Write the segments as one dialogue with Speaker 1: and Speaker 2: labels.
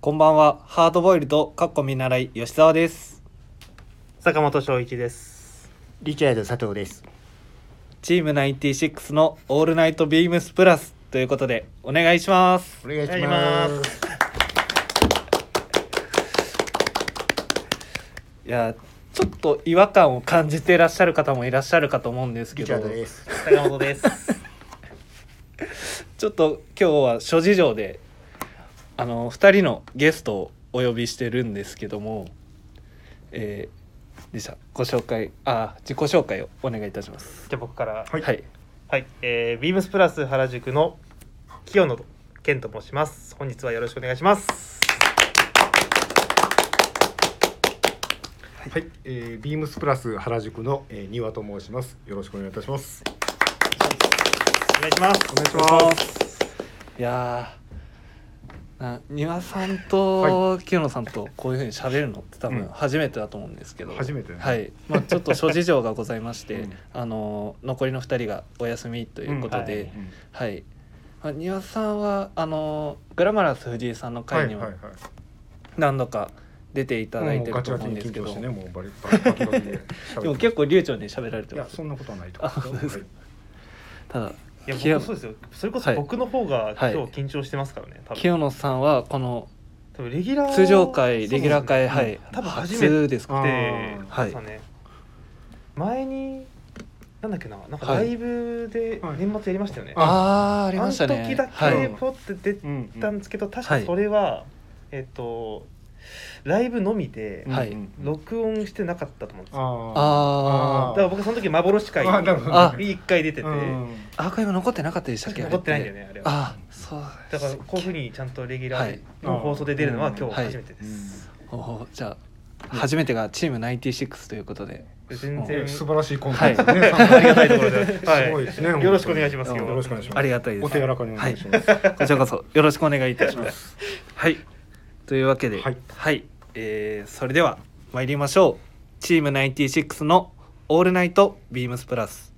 Speaker 1: こんばんは、ハードボイルド、かっこ見習い、吉澤です。
Speaker 2: 坂本翔一です。
Speaker 3: リチャード佐藤です。
Speaker 1: チーム96のオールナイトビームスプラスということで、お願いします。
Speaker 3: お願い
Speaker 2: します
Speaker 3: します。
Speaker 1: いや、ちょっと違和感を感じていらっしゃる方もいらっしゃるかと思うんですけ
Speaker 3: リチャ
Speaker 1: ど
Speaker 3: ー、ドです。
Speaker 2: 坂本です。
Speaker 1: ちょっと今日は諸事情で、あの、2人のゲストをお呼びしてるんですけども、えー、でした、ご紹介、あ、自己紹介をお願いいたします。
Speaker 2: じゃあ僕から。
Speaker 3: はい
Speaker 1: はい。
Speaker 2: はい。えー、ビームスプラス原宿の清野健と申します。本日はよろしくお願いします。
Speaker 4: はい、えー、ビームスプラス原宿の、えー、庭と申します。よろしくお願いいたします。
Speaker 2: お願いします。
Speaker 4: お願いします。
Speaker 1: いやーな庭さんと清野さんとこういうふうに喋るのって多
Speaker 4: うん
Speaker 1: 分初めてだと思うんですけど、
Speaker 4: 初めてね
Speaker 1: はい、まあ、ちょっと諸事情がございま して、
Speaker 4: うん
Speaker 1: あの残りの2人がお休みということで、
Speaker 4: うん
Speaker 1: はいまあ、庭さんはあのグラマラス藤井さんの
Speaker 4: は
Speaker 1: 回
Speaker 4: い
Speaker 1: に
Speaker 4: はい
Speaker 1: も
Speaker 4: はい。
Speaker 1: 何度か出ていただいて
Speaker 4: もう
Speaker 1: る
Speaker 4: ガチ
Speaker 1: と
Speaker 4: ガ
Speaker 1: 思
Speaker 4: チ
Speaker 1: うんです
Speaker 4: に緊
Speaker 1: け
Speaker 4: 張
Speaker 1: ど
Speaker 4: してね、もうバリバリバリバリで
Speaker 1: でも
Speaker 4: 喋って。
Speaker 1: 結構流暢に喋られて
Speaker 4: い
Speaker 1: ま
Speaker 4: や
Speaker 1: す
Speaker 4: そんなことはないと思いますよ。
Speaker 1: ただ
Speaker 2: いや、
Speaker 1: 清
Speaker 2: 僕そうですよ。それこそ僕の方が今
Speaker 1: はい
Speaker 2: 日緊張してますからね。多分。
Speaker 1: 清野さんはこの
Speaker 2: 多分レギュラー。
Speaker 1: 通常回レギュラー会、
Speaker 2: そう
Speaker 1: は
Speaker 2: なんです
Speaker 1: い
Speaker 2: よ多分初めて
Speaker 1: 初ですか
Speaker 4: あ
Speaker 1: ね
Speaker 2: で、
Speaker 1: はい
Speaker 2: そうね。前に、なんだっけな、なんかライブで
Speaker 4: はい
Speaker 2: 年末やりましたよね。
Speaker 1: あーありま
Speaker 2: の
Speaker 1: したね
Speaker 2: 時だ
Speaker 1: は
Speaker 2: け
Speaker 1: い、
Speaker 2: ポって出て
Speaker 4: うんうん
Speaker 2: ったんですけど確かそれは、えっとライブのみで
Speaker 4: うん
Speaker 1: はい
Speaker 4: うんうん
Speaker 2: 録音してなかったと思うんですよ、
Speaker 1: あー
Speaker 4: あー
Speaker 2: だから僕その時幻会
Speaker 4: あーなるほど
Speaker 1: あ
Speaker 4: ね。
Speaker 2: 一回出てて、
Speaker 4: うん
Speaker 1: アーカイブ残ってなかったでしたっけ
Speaker 2: 残ってないんだよねあれは
Speaker 1: ああそう
Speaker 2: だからこういうふうにちゃんとレギュラー
Speaker 4: は
Speaker 2: の
Speaker 4: い
Speaker 2: 放送で出るのは
Speaker 4: うん
Speaker 2: 今日初めてです、
Speaker 1: おおじゃあ初めてがチーム96ということで
Speaker 2: 全
Speaker 1: う
Speaker 2: 然
Speaker 4: 素晴らしいコンテンツね。
Speaker 2: ありがたいところで、
Speaker 4: すごいですね。
Speaker 2: はい、よろしくお願いします
Speaker 4: よ
Speaker 2: 今日
Speaker 4: ろしくお願いします。
Speaker 1: ありがたいです
Speaker 4: お手柔らかにお願いします。
Speaker 1: こちらこそよろしくお願いいたします はいというわけでは
Speaker 4: はい
Speaker 1: えーそれでは参りましょうチーム96の「オールナイトビームスプラス」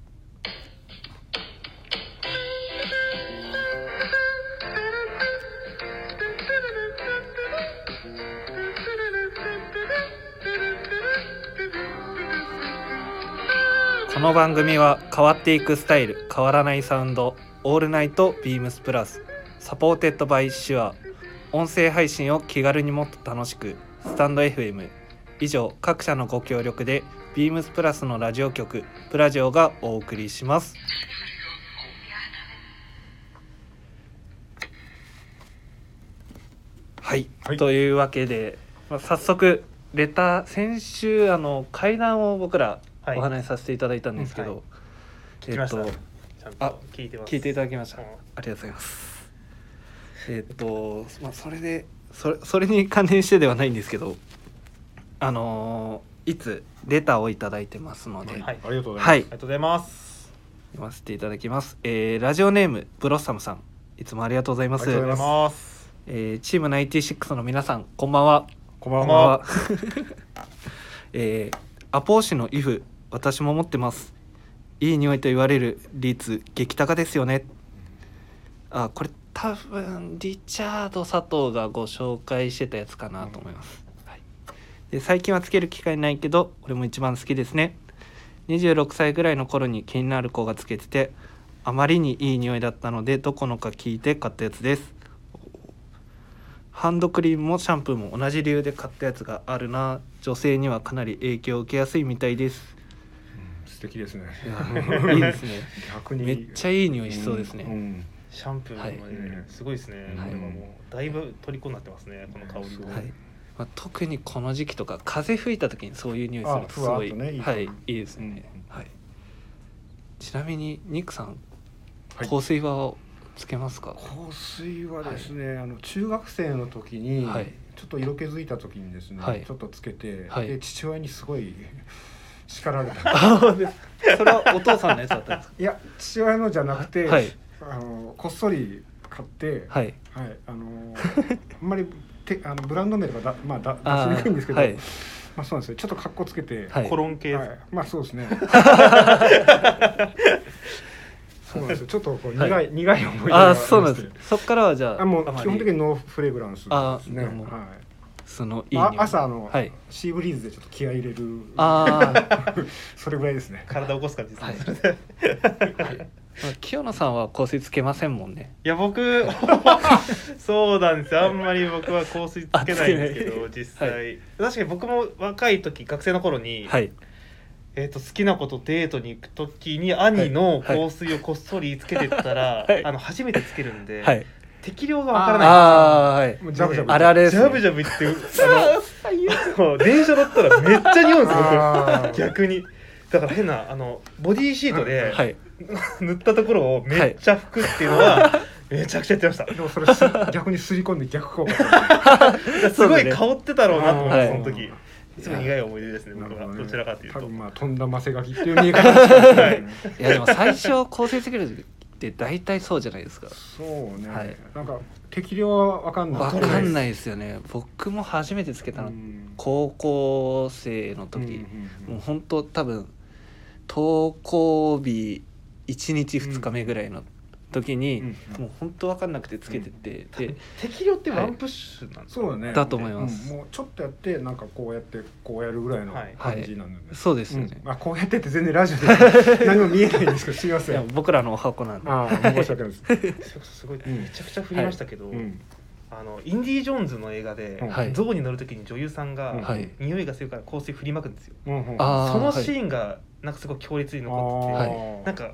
Speaker 1: この番組は変わっていくスタイル変わらないサウンド「オールナイトビームスプラス」サポーテッドバイシュア音声配信を気軽にもっと楽しくスタンド FM 以上各社のご協力でビームスプラスのラジオ局プラジオがお送りしますはい、
Speaker 4: はい
Speaker 1: というわけで、まあ、早速レター先週あの階段を僕ら
Speaker 2: はい
Speaker 1: お話しさせていただいたんですけど、
Speaker 2: はい聞きました、
Speaker 1: えっ
Speaker 2: ちゃん
Speaker 1: あ
Speaker 2: と聞いてま
Speaker 1: と
Speaker 2: す
Speaker 1: 聞いていた
Speaker 2: だ
Speaker 1: だきました、ありがとうございます。えーっと、まあ、それで、それ、それに関連してではないんですけど。あのーいつレターをいただいてますので、
Speaker 2: はい
Speaker 1: は、
Speaker 4: はいいありがとうござい
Speaker 2: ありがとうございます
Speaker 1: 読ませていただきます。えーラジオネームブロッサムさん、いつもありがとうございま
Speaker 4: あ
Speaker 1: す
Speaker 4: り。が
Speaker 2: あ
Speaker 4: と
Speaker 2: り
Speaker 4: うご
Speaker 2: がと
Speaker 4: ざ
Speaker 2: う
Speaker 4: い
Speaker 2: ございます
Speaker 1: えーチームナインティシックスの皆さん、こんばんは。
Speaker 4: ます。こんば
Speaker 1: こ
Speaker 4: ん
Speaker 1: ん
Speaker 4: は。
Speaker 1: ばんは。 えーアポーシのイフ、私も持ってます。いい匂いと言われる率激高ですよね。あ、これ多分リチャード佐藤がご紹介してたやつかなと思います。はい、で最近はつける機会ないけど、俺も一番好きですね。26歳ぐらいの頃に気になる子がつけてて、あまりにいい匂いだったのでどこのか聞いて買ったやつです。ハンドクリームもシャンプーも同じ理由で買ったやつがあるな女性にはかなり影響を受けやすいみたいです
Speaker 4: うん素敵ですね。
Speaker 1: いやいいですね
Speaker 4: 逆に
Speaker 1: めっちゃいい匂いしそうですね、
Speaker 4: ん
Speaker 2: シャンプーもね、
Speaker 4: はい
Speaker 2: すごいですね、
Speaker 1: はい
Speaker 2: これはもうだいぶ虜になってますねこの香り
Speaker 4: す
Speaker 2: も
Speaker 4: ご
Speaker 1: はいまあ、特にこの時期とか風吹いた時にそういう匂いするとすごい、
Speaker 4: あふわっとねいい
Speaker 1: はいいいですね、
Speaker 4: う
Speaker 1: はい、ちなみにニックさん
Speaker 4: はい
Speaker 1: 香水はつけますか、
Speaker 4: 香水はですね、あの中学生の時に、
Speaker 1: はい
Speaker 4: ちょっと色気づいた時にですね、
Speaker 1: はい
Speaker 4: ちょっとつけて、
Speaker 1: はい
Speaker 4: で父親にすごい 叱られた
Speaker 1: それはお父さんのやつだったんですか
Speaker 4: いや父親のじゃなくて、
Speaker 1: はい
Speaker 4: あのこっそり買って はい、
Speaker 1: はい
Speaker 4: あのあんまりてあのブランド名とかだ、まあ、だ
Speaker 1: あー
Speaker 4: 出しにくいんですけど、
Speaker 1: はい
Speaker 4: まあ、そうなんですよちょっと格好つけて、
Speaker 1: はい
Speaker 2: コロン系、
Speaker 4: はいまあそうですねそうなんですよ。ちょっとこう苦い苦い思い出が
Speaker 1: あ
Speaker 4: あ
Speaker 1: あ
Speaker 4: りまして
Speaker 1: そうなんですそっからはじゃあ
Speaker 4: あもう
Speaker 1: あまり
Speaker 4: 基本的にノーフレグランス
Speaker 1: あ
Speaker 4: ですね。
Speaker 1: もう
Speaker 4: はい。
Speaker 1: そのいい
Speaker 4: あ
Speaker 1: 匂い
Speaker 4: 朝あの、
Speaker 1: はい
Speaker 4: シーブリーズでちょっと気合い入れる
Speaker 1: あ
Speaker 4: それぐらいですね
Speaker 2: 体起こす感じですね、
Speaker 1: はい
Speaker 2: それで
Speaker 1: まあ清野さんは香水つけませんもんね
Speaker 2: いや僕 そうなんですよあんまり僕は香水つけないんですけど
Speaker 1: あつけない
Speaker 2: 実際、
Speaker 1: は
Speaker 2: 確かに僕も若い時学生の頃に、
Speaker 1: はい
Speaker 2: えー、と好きな子とデートに行く時に兄の香水をこっそりつけてったら、
Speaker 1: はい
Speaker 2: あの初めてつけるんで、
Speaker 1: はい
Speaker 2: 適量がわからないん
Speaker 1: ああーはい
Speaker 4: もうジャブジャブ
Speaker 1: あれあれで
Speaker 2: で
Speaker 1: すす
Speaker 2: よ
Speaker 1: ね
Speaker 2: ジャブジャブいって あの電車乗ったらめっちゃ匂うんです
Speaker 4: あー
Speaker 2: 僕逆にだから変なあのボディーシートで、
Speaker 1: はい
Speaker 2: 塗ったところをめっちゃ拭くっていうのは、めちゃくちゃやってました
Speaker 4: でもそれす 逆にすり込んで逆効 果
Speaker 2: すごい香ってたろうなと思って、
Speaker 1: はい
Speaker 2: その時すごい苦い思い出ですね
Speaker 4: なる
Speaker 2: 僕
Speaker 4: ほ
Speaker 2: は
Speaker 4: ど、
Speaker 2: ど,、
Speaker 4: ね、
Speaker 2: ちらかという
Speaker 4: 多
Speaker 2: と
Speaker 4: 分まあとんだマセガキっていう見え方しかない
Speaker 1: いやでも最初香水つける時って大体そうじゃないですか
Speaker 4: そうね、
Speaker 1: はい
Speaker 4: なんか適量は分かんない
Speaker 1: わかんないいですよね僕も初めてつけたの
Speaker 4: ん
Speaker 1: 高校生の時、
Speaker 4: うんうん
Speaker 1: もう本当多分登校日1日2日目ぐらいの時に、
Speaker 4: うんうん
Speaker 1: もう本当わかんなくてつけてて、で
Speaker 2: 適量ってワンプッシュなんですか、
Speaker 4: そうだね
Speaker 1: だと思います
Speaker 4: うんもうちょっとやってなんかこうやってこうやるぐらいの
Speaker 2: はい
Speaker 4: 感じなんだよね、
Speaker 1: そうですよね、
Speaker 4: うんあこうやってって全然ラジ オで何も見えないんですけどすみま
Speaker 1: い
Speaker 4: せ
Speaker 1: や
Speaker 4: ん
Speaker 1: 僕らのお箱なんで
Speaker 4: ああ申し訳 ないです、
Speaker 2: それこそすごい
Speaker 4: うん
Speaker 2: めちゃくちゃ振りましたけど、
Speaker 4: うん
Speaker 2: あのインディ・ージョーンズの映画で、
Speaker 4: うん
Speaker 1: はい
Speaker 2: 象に乗る時に女優さんが、
Speaker 4: うん
Speaker 1: はい
Speaker 2: 匂いがするから香水振りまくんですよ
Speaker 4: うんうん、
Speaker 1: あー
Speaker 2: そのシーンがなんかすごい強烈に残ってて、
Speaker 1: はい
Speaker 4: あー
Speaker 2: なんか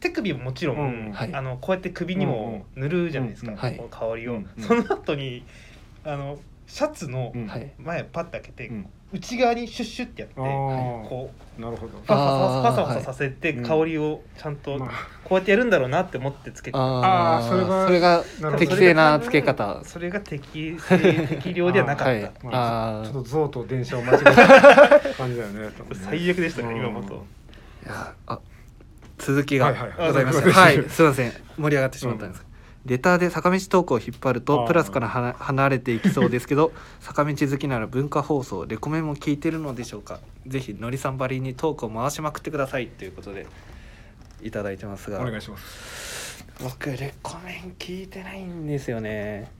Speaker 2: 手首ももちろん、
Speaker 4: うん
Speaker 1: はい
Speaker 2: あのこうやって首にも塗るじゃないですか、
Speaker 4: うんうん
Speaker 1: はい
Speaker 2: こう香りを、
Speaker 4: うんうん
Speaker 2: その後にあのシャツの
Speaker 4: うん
Speaker 1: はい
Speaker 2: 前パッて開けて、
Speaker 4: うん
Speaker 2: 内側にシュッシュってやって、
Speaker 4: あー
Speaker 2: こう
Speaker 4: なるほど
Speaker 2: ファファファファ
Speaker 1: あー
Speaker 2: ファファさせて
Speaker 4: うん
Speaker 2: 香りをちゃんと
Speaker 4: ま
Speaker 2: こうやってやるんだろうなって思ってつけて、
Speaker 1: あ
Speaker 4: あ
Speaker 1: あ
Speaker 4: ー
Speaker 1: そ
Speaker 4: そ
Speaker 1: れ
Speaker 4: れ
Speaker 1: が
Speaker 4: が
Speaker 1: それが
Speaker 4: なるほど
Speaker 1: 適正なつけ方
Speaker 2: それが適正適量ではなかった、
Speaker 1: はい
Speaker 4: あ、ま
Speaker 1: あ
Speaker 4: あ、
Speaker 1: ー
Speaker 4: ちょっと象と電車を間違えた感じだよね多分ね
Speaker 2: 最悪でしたね、
Speaker 4: うん
Speaker 2: 今もと
Speaker 1: いやあ続きが
Speaker 4: はいはいはい
Speaker 1: ございました
Speaker 4: あ
Speaker 1: は
Speaker 4: すいません
Speaker 1: いすいません盛り上がってしまったんですが、レターで坂道トークを引っ張ると
Speaker 4: あー
Speaker 1: プラスからは離れていきそうですけど 坂道好きなら文化放送レコメンも聞いてるのでしょうかぜひのりさんばりにトークを回しまくってくださいということでいただいてますが
Speaker 4: お願いします
Speaker 1: 僕レコメン聞いてないんですよね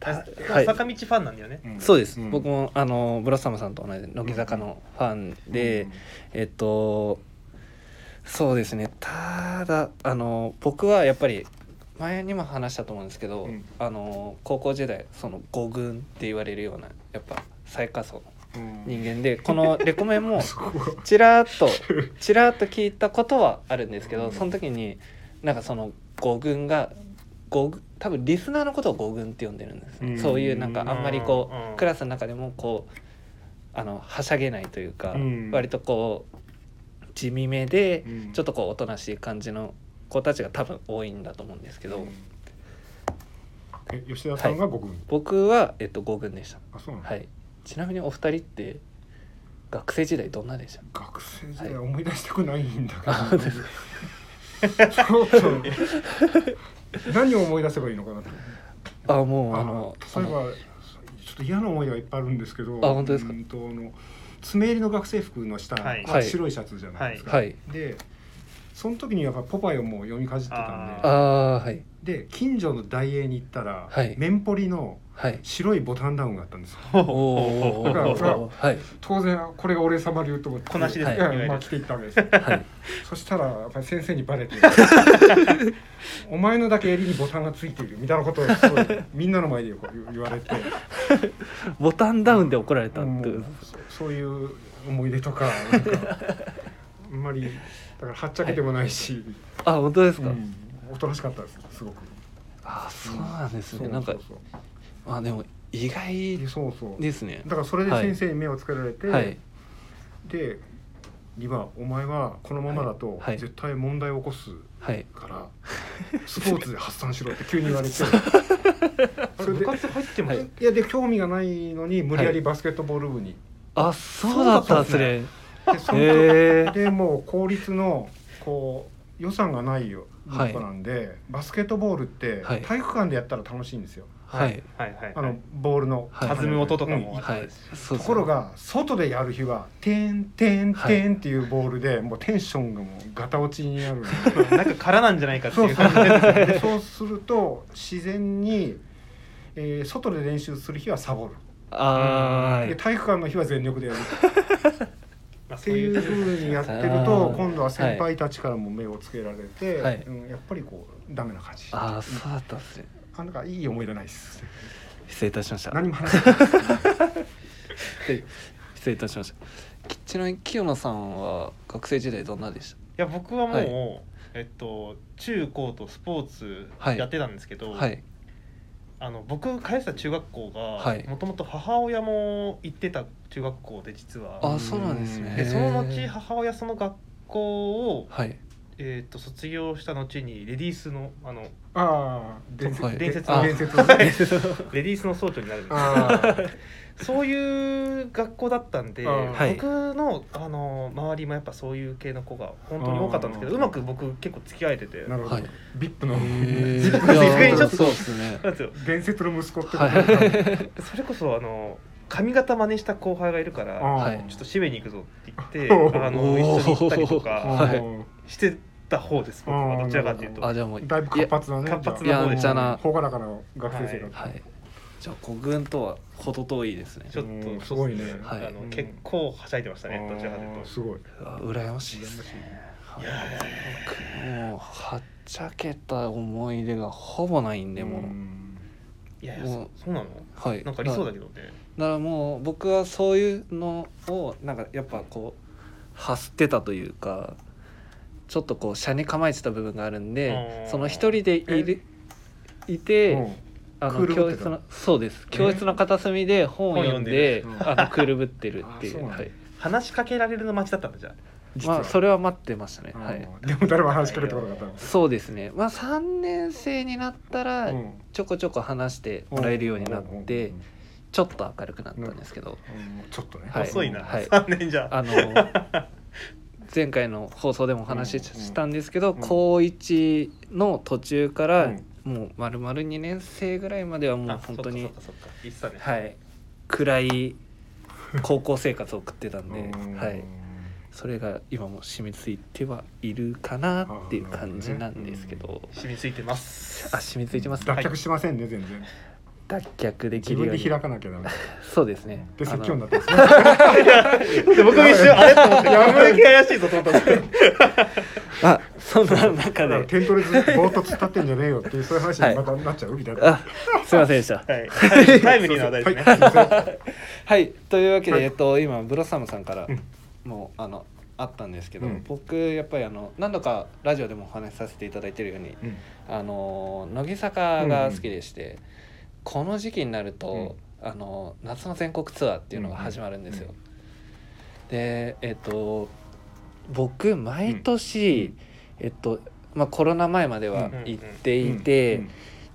Speaker 1: たはい
Speaker 2: 坂道ファンなんだよね、
Speaker 1: そうです、
Speaker 4: ん
Speaker 1: 僕もあのブラッサムさんと同じ乃木坂のファンで、えっとそうですねただあの僕はやっぱり前にも話したと思うんですけど、
Speaker 4: うん
Speaker 1: あの高校時代その五軍って言われるようなやっぱ最下層の
Speaker 4: うん
Speaker 1: 人間でこのレコメンも
Speaker 4: そこは
Speaker 1: ちらっとちらっと聞いたことはあるんですけ
Speaker 4: う
Speaker 1: ど
Speaker 4: ん
Speaker 1: その時になんかその五軍が五軍多分リスナーのことを五軍って呼んでるんですね、
Speaker 4: うん
Speaker 1: そういうなんかあんまりこう、
Speaker 2: うん
Speaker 1: クラスの中でもこうあのはしゃげないというか、
Speaker 4: うん
Speaker 1: 割とこう地味めで
Speaker 4: うん
Speaker 1: ちょっとこうおとなしい感じの子たちが多分多いんだと思うんですけど、
Speaker 4: うんえ吉田さんが僕、
Speaker 1: 僕は、えっと、五軍でした、
Speaker 4: あそうなの、
Speaker 1: はい、ちなみにお二人って学生時代どんなでした
Speaker 4: 学生時
Speaker 1: はい
Speaker 4: 代思い出したくないんだけど、
Speaker 1: あそうです
Speaker 4: そうそう何を思い出せばいいのかなと
Speaker 1: あもうあ
Speaker 4: あ
Speaker 1: の
Speaker 4: の例えば
Speaker 1: あの
Speaker 4: ちょっと嫌な思い出がいっぱいあるんですけど
Speaker 1: あ本当ですか
Speaker 4: うんとあの爪入りの学生服の下、
Speaker 2: はい
Speaker 4: まあ白いシャツじゃないですか、
Speaker 1: はい
Speaker 4: でその時にやっぱポパイをもう読みかじってたん
Speaker 1: あ
Speaker 4: で
Speaker 1: あはい
Speaker 4: で近所のダイエーに行ったら、
Speaker 1: はい
Speaker 4: メンポリの
Speaker 1: はい。
Speaker 4: 白いボタンダウンがあったんですよ
Speaker 1: おお
Speaker 4: だからそれは
Speaker 1: はい
Speaker 4: 当然これが俺様流と思って
Speaker 2: こなしです
Speaker 1: ね
Speaker 4: いや
Speaker 2: いわゆる
Speaker 4: まあ着ていったわけ ですよ
Speaker 1: はい。
Speaker 4: そしたらやっぱり先生にバレて お前のだけ襟にボタンがついているみたいなことをすごいみんなの前でこう言われて。
Speaker 1: ボタンダウンで怒られたっ
Speaker 4: も
Speaker 1: ていう
Speaker 4: う。そそういう思い出とかなんかあんまりだからはっちゃけてもないし、
Speaker 1: あ本当ですか。
Speaker 4: うんおとなしかったですすごく
Speaker 1: あそうなんです
Speaker 4: そ
Speaker 1: ね。
Speaker 4: う
Speaker 1: なんか
Speaker 4: そうそう
Speaker 1: あでも意外
Speaker 4: そうそう
Speaker 1: ですね。
Speaker 4: だからそれで先生に目をつけられて、
Speaker 1: はい。
Speaker 4: でリバお前はこのままだと
Speaker 1: はい
Speaker 4: 絶対問題を起こす
Speaker 1: はい。
Speaker 4: から、スポーツで発散しろって急に言 われて
Speaker 2: あ
Speaker 4: それ
Speaker 2: れ部
Speaker 4: で
Speaker 2: 活入ってます、
Speaker 1: はい
Speaker 4: いやで興味がないのに無理やりバスケットボール部 に、
Speaker 1: あそうだったんですね。
Speaker 4: でその
Speaker 1: へえ。
Speaker 4: でもう公立のこう予算がないよ
Speaker 1: はい
Speaker 4: 子なんで、バスケットボールって
Speaker 1: はい
Speaker 4: 体育館でやったら楽しいんですよ、
Speaker 1: はい
Speaker 2: はいはい
Speaker 4: あのボールの
Speaker 1: はい
Speaker 2: 弾む音とか
Speaker 4: うん
Speaker 2: もあ
Speaker 1: は
Speaker 2: っ
Speaker 1: い
Speaker 2: たし、
Speaker 1: そう
Speaker 4: と
Speaker 1: ですね
Speaker 4: ころが外でやる日は「てんてんてん」っていうボールでもうテンションがもうガタ落ちにな るんで
Speaker 2: なんか空なんじゃないかって
Speaker 4: そう
Speaker 2: いう
Speaker 4: そう
Speaker 2: 感じですね
Speaker 4: でそうすると自然に、えー外で練習する日はサボる、
Speaker 1: あー
Speaker 4: で体育館の日は全 力でやる
Speaker 2: まあ
Speaker 4: っ
Speaker 2: そ
Speaker 4: て
Speaker 2: う
Speaker 4: い
Speaker 2: いうう
Speaker 4: ふうにやってる
Speaker 1: あ
Speaker 4: と
Speaker 1: ー
Speaker 4: 今度は先輩たちからも目をつけられて、
Speaker 1: はい
Speaker 4: うん、やっぱりこうダメな感じ
Speaker 1: あーそうだったんですね
Speaker 4: あなんかいい思い出ないです
Speaker 1: 失礼いたしました
Speaker 4: 何も話せないです
Speaker 1: 失礼いたしましたちなみに清野さんは学生時代どんなでし
Speaker 2: いや僕はもう、
Speaker 1: はい
Speaker 2: えっと中高とスポーツ
Speaker 1: はい
Speaker 2: やってたんですけ
Speaker 1: た
Speaker 2: ど、
Speaker 1: はい
Speaker 2: あの僕通ってた中学校
Speaker 1: は
Speaker 2: が
Speaker 1: い
Speaker 2: もともと母親も行ってた中学校で実
Speaker 1: あ
Speaker 2: は
Speaker 1: ーそうなんですね
Speaker 2: で
Speaker 1: へー
Speaker 2: その後母親その学校を、
Speaker 1: はい
Speaker 2: えっと卒業した後にレディースの あの
Speaker 4: ああ伝説
Speaker 1: はい
Speaker 2: 伝説
Speaker 1: あ
Speaker 2: の
Speaker 4: 伝説
Speaker 2: はいレ
Speaker 4: 伝
Speaker 2: ディースの総長になるんです
Speaker 4: あー
Speaker 2: そういう学校だったんで、
Speaker 4: あー
Speaker 1: はい
Speaker 2: 僕のあの周りもやっぱそういう系の子が本当に多かったんですけど
Speaker 4: あー
Speaker 2: うまく僕結構付き合えてて
Speaker 4: な
Speaker 2: な
Speaker 4: るほど、
Speaker 1: はい
Speaker 4: VIP の
Speaker 1: へ
Speaker 2: ーいや
Speaker 1: ー
Speaker 2: 逆にちょっと
Speaker 1: そうですね
Speaker 2: んですよ
Speaker 4: 伝説の息子ってこと
Speaker 1: は
Speaker 4: だったんだ
Speaker 1: い
Speaker 2: それこそあの髪型真似した後輩がいるから、
Speaker 4: あー
Speaker 1: はい
Speaker 2: ちょっと締めに行くぞって言っ
Speaker 4: お
Speaker 2: て
Speaker 4: ー
Speaker 2: あの一緒に行ったりと
Speaker 1: お
Speaker 2: か
Speaker 1: ーはい
Speaker 2: してた方です僕
Speaker 4: あ
Speaker 2: は
Speaker 4: ー
Speaker 2: どちらかというと
Speaker 1: あじゃあもう
Speaker 4: だいぶ活発だね
Speaker 2: いや活発
Speaker 4: じゃあ
Speaker 1: やんちゃな
Speaker 4: ほがらかな学生生活、
Speaker 1: はいじゃあ古軍とは程遠いですね
Speaker 2: ちょっ
Speaker 4: うん
Speaker 2: と
Speaker 4: すごいね
Speaker 2: あ
Speaker 1: はい
Speaker 2: の結構はしゃいでましたねどちらかという
Speaker 4: あー
Speaker 2: と
Speaker 4: すごいう
Speaker 1: わ羨ましいですね
Speaker 2: いやいやいや
Speaker 1: 僕もうはっちゃけた思い出がほぼないんでもう
Speaker 2: いやいや
Speaker 1: も
Speaker 2: そうそうなの
Speaker 1: はい
Speaker 2: なんかありそうだけどね
Speaker 1: だからもう僕はそういうのをなんかやっぱこう走ってたというかちょっとこう車に構えてた部分があるんで
Speaker 2: あー
Speaker 1: その一人でいるいて、
Speaker 4: うん
Speaker 1: あ
Speaker 4: クー
Speaker 1: の
Speaker 4: ルぶっ
Speaker 1: 教
Speaker 4: てた
Speaker 1: 室のそうです教室の片隅で本を読んで
Speaker 4: 本読んでる
Speaker 1: あのクールぶってるってい
Speaker 4: あそう
Speaker 1: う
Speaker 4: なん
Speaker 1: は
Speaker 4: だ
Speaker 1: い、
Speaker 2: 話しかけられるの街だったんだじゃあ
Speaker 4: 実は
Speaker 1: まあそれは待ってましたね
Speaker 4: うん
Speaker 1: はい
Speaker 4: でも誰も話しかけてこなかったんです
Speaker 1: そうですねまあ3年生になったら
Speaker 4: うん
Speaker 1: ちょこちょこ話してもらえるようになっ
Speaker 4: う
Speaker 1: て
Speaker 4: ん
Speaker 1: ちょっと明るくなったんですけど
Speaker 4: うんちょっとね、
Speaker 1: はい
Speaker 2: 遅いな、
Speaker 1: はい
Speaker 2: 三年じゃ
Speaker 1: あの前回の放送でもお話し
Speaker 4: うんうん
Speaker 1: したんですけど、
Speaker 4: ん
Speaker 1: 高1の途中か
Speaker 4: う
Speaker 1: ら
Speaker 4: ん
Speaker 1: もう丸々2年生ぐらいまではも
Speaker 2: あ
Speaker 1: う本当に
Speaker 2: そっかそっかそっか言ってたね
Speaker 1: はい暗い高校生活を送ってたんで
Speaker 4: うん
Speaker 1: はいそれが今も染みついてはいるかなっていう感じなんですけど
Speaker 2: 染みついてます
Speaker 1: あ染みついてます
Speaker 4: 脱却しませんね全然
Speaker 1: 脱却でき
Speaker 4: 自
Speaker 1: る
Speaker 4: 分
Speaker 1: よう
Speaker 4: で
Speaker 1: に
Speaker 4: 開かなきゃダメ
Speaker 1: そうですね
Speaker 4: で
Speaker 1: あ
Speaker 4: 説
Speaker 1: の
Speaker 4: 教になってますね
Speaker 2: で僕も一瞬あれと思ってやめる気怪しいぞと思ったんですけど
Speaker 1: あそんな中 で
Speaker 4: テントレずぼーっと突っ立ってんじゃねえよっていうそういう話
Speaker 1: はい
Speaker 4: にまた なっちゃうみたいな、
Speaker 1: あすいませんでした
Speaker 2: はいタイムリーな話題ですね、
Speaker 4: はいすいません
Speaker 1: はいというわけで、
Speaker 4: はい
Speaker 1: えっと今ブロッサムさんから
Speaker 4: うん
Speaker 1: もうあのあったんですけど、
Speaker 4: うん
Speaker 1: 僕やっぱりあの何度かラジオでもお話しさせていただいてるように
Speaker 4: うん
Speaker 1: あの乃木坂が好きでして、この時期になると、あの夏の全国ツアーっていうのが始まるんですよ。
Speaker 4: うん
Speaker 1: でえっと僕毎年、
Speaker 4: うんうん
Speaker 1: えっとまあ、コロナ前までは
Speaker 4: うん
Speaker 2: うん
Speaker 1: 行っていて、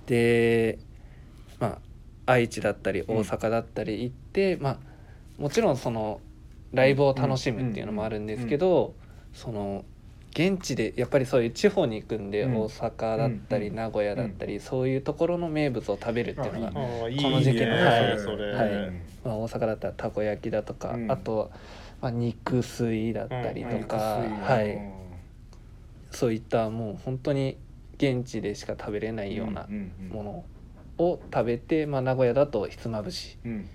Speaker 1: でまあ愛知だったり
Speaker 4: ん
Speaker 1: 大阪だったり行って、まあもちろんそのライブを楽しむっていうのもあるんですけど、その現地でやっぱりそういう地方に行くんで、
Speaker 4: うん
Speaker 1: 大阪だったり
Speaker 4: うん
Speaker 1: 名古屋だったり、そういうところの名物を食べるっていうのが、
Speaker 4: あいいね
Speaker 2: あーいいね
Speaker 1: この時期のはい
Speaker 2: それ、
Speaker 1: はい
Speaker 4: うん
Speaker 1: まあ、大阪だったらたこ焼きだとか、
Speaker 4: うん
Speaker 1: あとは、まあ、肉水だったりとか、
Speaker 4: うん
Speaker 1: はい、そういったもう本当に現地でしか食べれないようなものを食べて、まあ、名古屋だとひつまぶし
Speaker 4: うん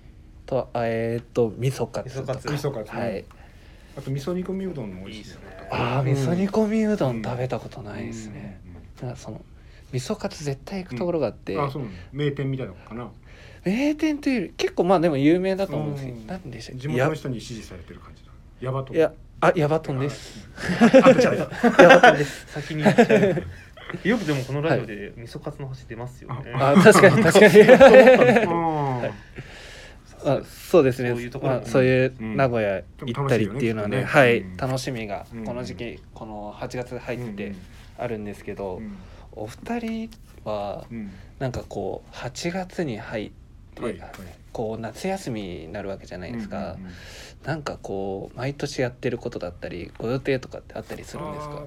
Speaker 1: とあえーっと味噌カツとか
Speaker 2: 味噌カツ
Speaker 4: 味噌カツね
Speaker 1: はい、
Speaker 4: あと味噌煮込みうどんも美味しい
Speaker 2: いいですね
Speaker 1: ああ味噌煮込みうど
Speaker 4: うんん
Speaker 1: 食べたことないですね、だからその味噌カツ絶対行くところがあって、
Speaker 4: うんあそうなの名店みたいなのかな
Speaker 1: 名店というより結構まあでも有名だと思うんですけど、
Speaker 4: うん
Speaker 1: なんでしたっ
Speaker 4: 地
Speaker 1: け
Speaker 4: 元
Speaker 1: や
Speaker 4: の人に支持されてる感じだヤバと
Speaker 1: いやあヤバトンです
Speaker 4: あ出ちゃっ た
Speaker 1: ヤバトンです
Speaker 2: 先に言っちゃうよくでもこのラジオで味噌カツの話出ますよね、
Speaker 1: あ確かに確かに
Speaker 4: うん
Speaker 1: あそうですね
Speaker 2: そういうところ
Speaker 1: ま
Speaker 2: も
Speaker 1: あ、そういう
Speaker 4: うん
Speaker 1: 名古屋行ったりっていうのはね,、
Speaker 4: でも楽
Speaker 1: は
Speaker 4: し
Speaker 1: い、
Speaker 4: いよねきっとねうん
Speaker 1: 楽しみが
Speaker 4: うん
Speaker 1: この時期この8月入ってあるんですけど、
Speaker 4: うん
Speaker 1: お二人は
Speaker 4: うん
Speaker 1: なんかこう8月に入って、
Speaker 4: はいはい
Speaker 1: こう夏休みになるわけじゃないですか、
Speaker 4: うんうんうん
Speaker 1: なんかこう毎年やってることだったりご予定とかってあったりするんですか
Speaker 4: あー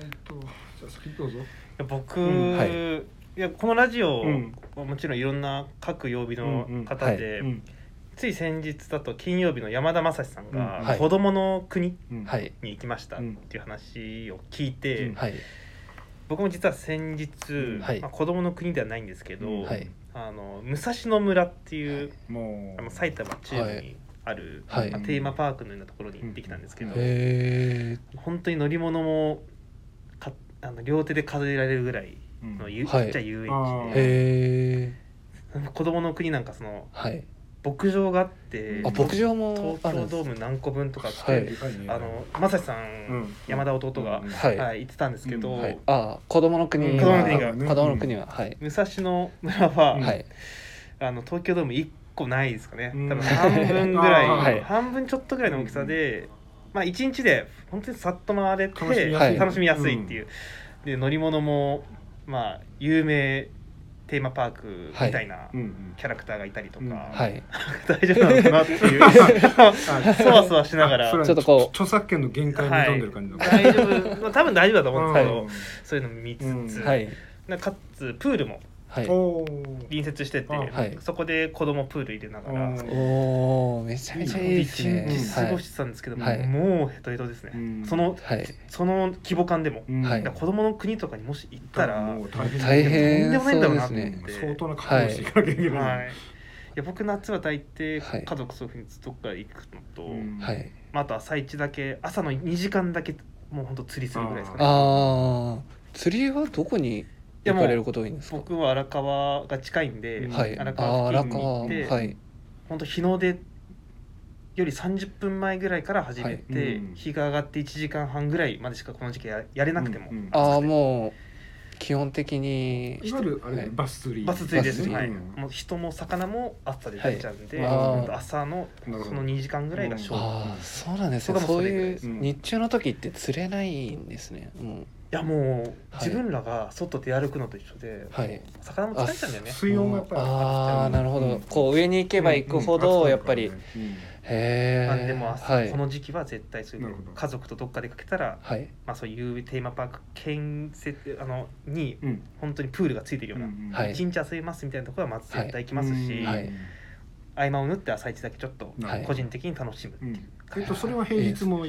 Speaker 4: えっとじゃあ先どうぞ
Speaker 2: や僕、
Speaker 4: うん
Speaker 1: はい
Speaker 2: い、やこのラジオ、
Speaker 4: うん
Speaker 2: もちろんいろんな各曜日の方で、
Speaker 4: うん
Speaker 2: つい先日だと金曜日の山田雅史さんが
Speaker 1: うんは
Speaker 2: 「
Speaker 1: い
Speaker 2: 子供の国
Speaker 4: うん
Speaker 1: はい」
Speaker 2: に行きましたっ
Speaker 4: うん
Speaker 2: ていう話を聞いて、
Speaker 4: うん
Speaker 1: はい
Speaker 2: 僕も実は先日、
Speaker 1: はい
Speaker 2: まあ、子供の国ではないんですけど、
Speaker 4: うん
Speaker 1: はい
Speaker 2: あの武蔵野村っていう、
Speaker 4: もう
Speaker 2: あの埼玉中部にある、
Speaker 1: はい
Speaker 2: まあ、テーマパークのようなところに行ってきたんですけど、
Speaker 4: うん
Speaker 1: へえ
Speaker 2: 本当に乗り物もかあの両手で数えられるぐらいのゆ、
Speaker 1: はい
Speaker 2: ちっちゃい遊園
Speaker 4: あ
Speaker 2: 地
Speaker 4: ー
Speaker 2: で
Speaker 1: へえ
Speaker 2: 子供の国なんかその
Speaker 1: はい
Speaker 2: 牧場があって
Speaker 1: あ牧場も
Speaker 2: 東
Speaker 1: あるん
Speaker 2: 京
Speaker 1: で
Speaker 2: ドー
Speaker 1: す
Speaker 2: ム何個分とかって、
Speaker 1: は
Speaker 4: で
Speaker 1: い
Speaker 4: かいね
Speaker 2: あの正志さん、
Speaker 4: うん
Speaker 2: 山田弟が、
Speaker 4: うん
Speaker 1: はい
Speaker 2: はい、言ってたんですけど、
Speaker 4: うん
Speaker 1: はいああ子供の国は
Speaker 2: 子供の国が
Speaker 1: 子供の国ははい
Speaker 2: 武蔵野村は、
Speaker 4: うん
Speaker 1: はい
Speaker 2: あの東京ドーム1個ないですかね、
Speaker 4: うん
Speaker 2: 多分半分ぐらい、
Speaker 4: はい
Speaker 2: 半分ちょっとぐらいの大きさで、まあ1日で本当にさっと回れて
Speaker 4: 楽しみ
Speaker 1: やすい
Speaker 2: 楽しみやすいっていう、で乗り物もまあ有名テーマパークみたいな
Speaker 4: うんうん
Speaker 2: キャラクターがいたりとか、
Speaker 4: うん
Speaker 1: はい
Speaker 2: 大丈夫なのかなっ ていうそわそわしながら
Speaker 4: それは
Speaker 1: ちょっとこう
Speaker 4: 著作権の限界に挑んでる感じの、
Speaker 2: 大丈夫、まあ、多分大丈夫だと思うんですけど、
Speaker 4: うん
Speaker 2: そういうのも見つつ、
Speaker 4: うん
Speaker 1: はい
Speaker 2: なかつプールも
Speaker 1: はい
Speaker 4: おー
Speaker 2: 隣接してて、
Speaker 4: うん
Speaker 1: はい
Speaker 2: そこで子供プール入れながら。
Speaker 4: うん
Speaker 1: おおめちゃめちゃいいですね
Speaker 2: 一日過
Speaker 1: は
Speaker 2: ご
Speaker 1: い
Speaker 2: してたんですけど、
Speaker 1: はい
Speaker 2: もうヘトヘトですね、
Speaker 4: うん
Speaker 2: その
Speaker 1: はい
Speaker 2: その規模感でも、
Speaker 4: うん
Speaker 1: はい
Speaker 2: だから子供の国とかにもし行ったら、
Speaker 4: もう大変
Speaker 1: 大
Speaker 2: とんで
Speaker 1: 変そう
Speaker 2: もないんだろう
Speaker 1: で
Speaker 2: な
Speaker 1: す
Speaker 2: と思って
Speaker 1: ね
Speaker 4: 相当な覚悟をしていかなきゃいけ
Speaker 2: は
Speaker 4: ない
Speaker 2: い、いや僕夏は大抵
Speaker 1: はい
Speaker 2: 家族そういうふうにどっか行くのと、
Speaker 4: うん
Speaker 1: はい
Speaker 2: まあ、あと朝一だけ朝の2時間だけもうほんと釣りするぐらいですかね
Speaker 1: ああ釣りはどこに行かれることが多いんですか
Speaker 2: 僕は荒川が近いんで、
Speaker 4: うん
Speaker 1: はい
Speaker 2: 荒
Speaker 1: あ
Speaker 2: 川
Speaker 1: あ荒
Speaker 2: 付近に行
Speaker 1: 川
Speaker 2: って、
Speaker 1: はい
Speaker 2: ほんと日の出より30分前ぐらいから始めて、
Speaker 4: はいうん
Speaker 2: 日が上がって1時間半ぐらいまでしかこの時期ややれなくても、
Speaker 4: うんうん
Speaker 1: ああもう基本的に
Speaker 4: いわゆるあれ、
Speaker 1: はい
Speaker 4: バス釣り
Speaker 2: バス釣りです
Speaker 1: バス釣
Speaker 2: ね、
Speaker 1: り
Speaker 2: はい、
Speaker 4: うん
Speaker 2: もう人も魚も暑さで出ちゃうんで、
Speaker 1: はいあー
Speaker 2: ほんと朝のそ
Speaker 4: なるほど
Speaker 2: の2時間ぐらいが勝負、い
Speaker 1: ああそうなんですね
Speaker 2: 僕はもう
Speaker 1: そ
Speaker 2: そうれぐらい
Speaker 1: い
Speaker 2: で
Speaker 1: う
Speaker 4: す
Speaker 1: 日中の時って釣れないんですねもう
Speaker 2: やもう
Speaker 1: はい
Speaker 2: 自分らが外出歩くのと一緒で、
Speaker 1: はい
Speaker 2: 魚も疲れちゃうんだよね
Speaker 4: 水温がやっぱり
Speaker 1: ああなるほ
Speaker 4: う
Speaker 1: ど
Speaker 4: ん
Speaker 1: こう上に行けば行くほ
Speaker 4: うん
Speaker 1: ど
Speaker 4: うん
Speaker 1: やっぱりへ
Speaker 4: 暑さとかね
Speaker 1: え
Speaker 2: まあ、でも朝、
Speaker 1: はい
Speaker 2: この時期は絶対そうい
Speaker 4: な
Speaker 2: う
Speaker 4: るほど
Speaker 2: 家族とどっか出かけたら、
Speaker 1: はい
Speaker 2: まあ、そういうテーマパーク建設あのに
Speaker 4: うん
Speaker 2: 本当にプールがついてるような、
Speaker 4: うん
Speaker 1: はい
Speaker 2: 一日遊びますみたいなところはまず絶対行きますし、
Speaker 1: はいはい
Speaker 2: 合間を縫って朝一だけちょっと
Speaker 4: なる
Speaker 1: はい
Speaker 2: 個人的に楽しむ、
Speaker 4: うんえっとそれは平日も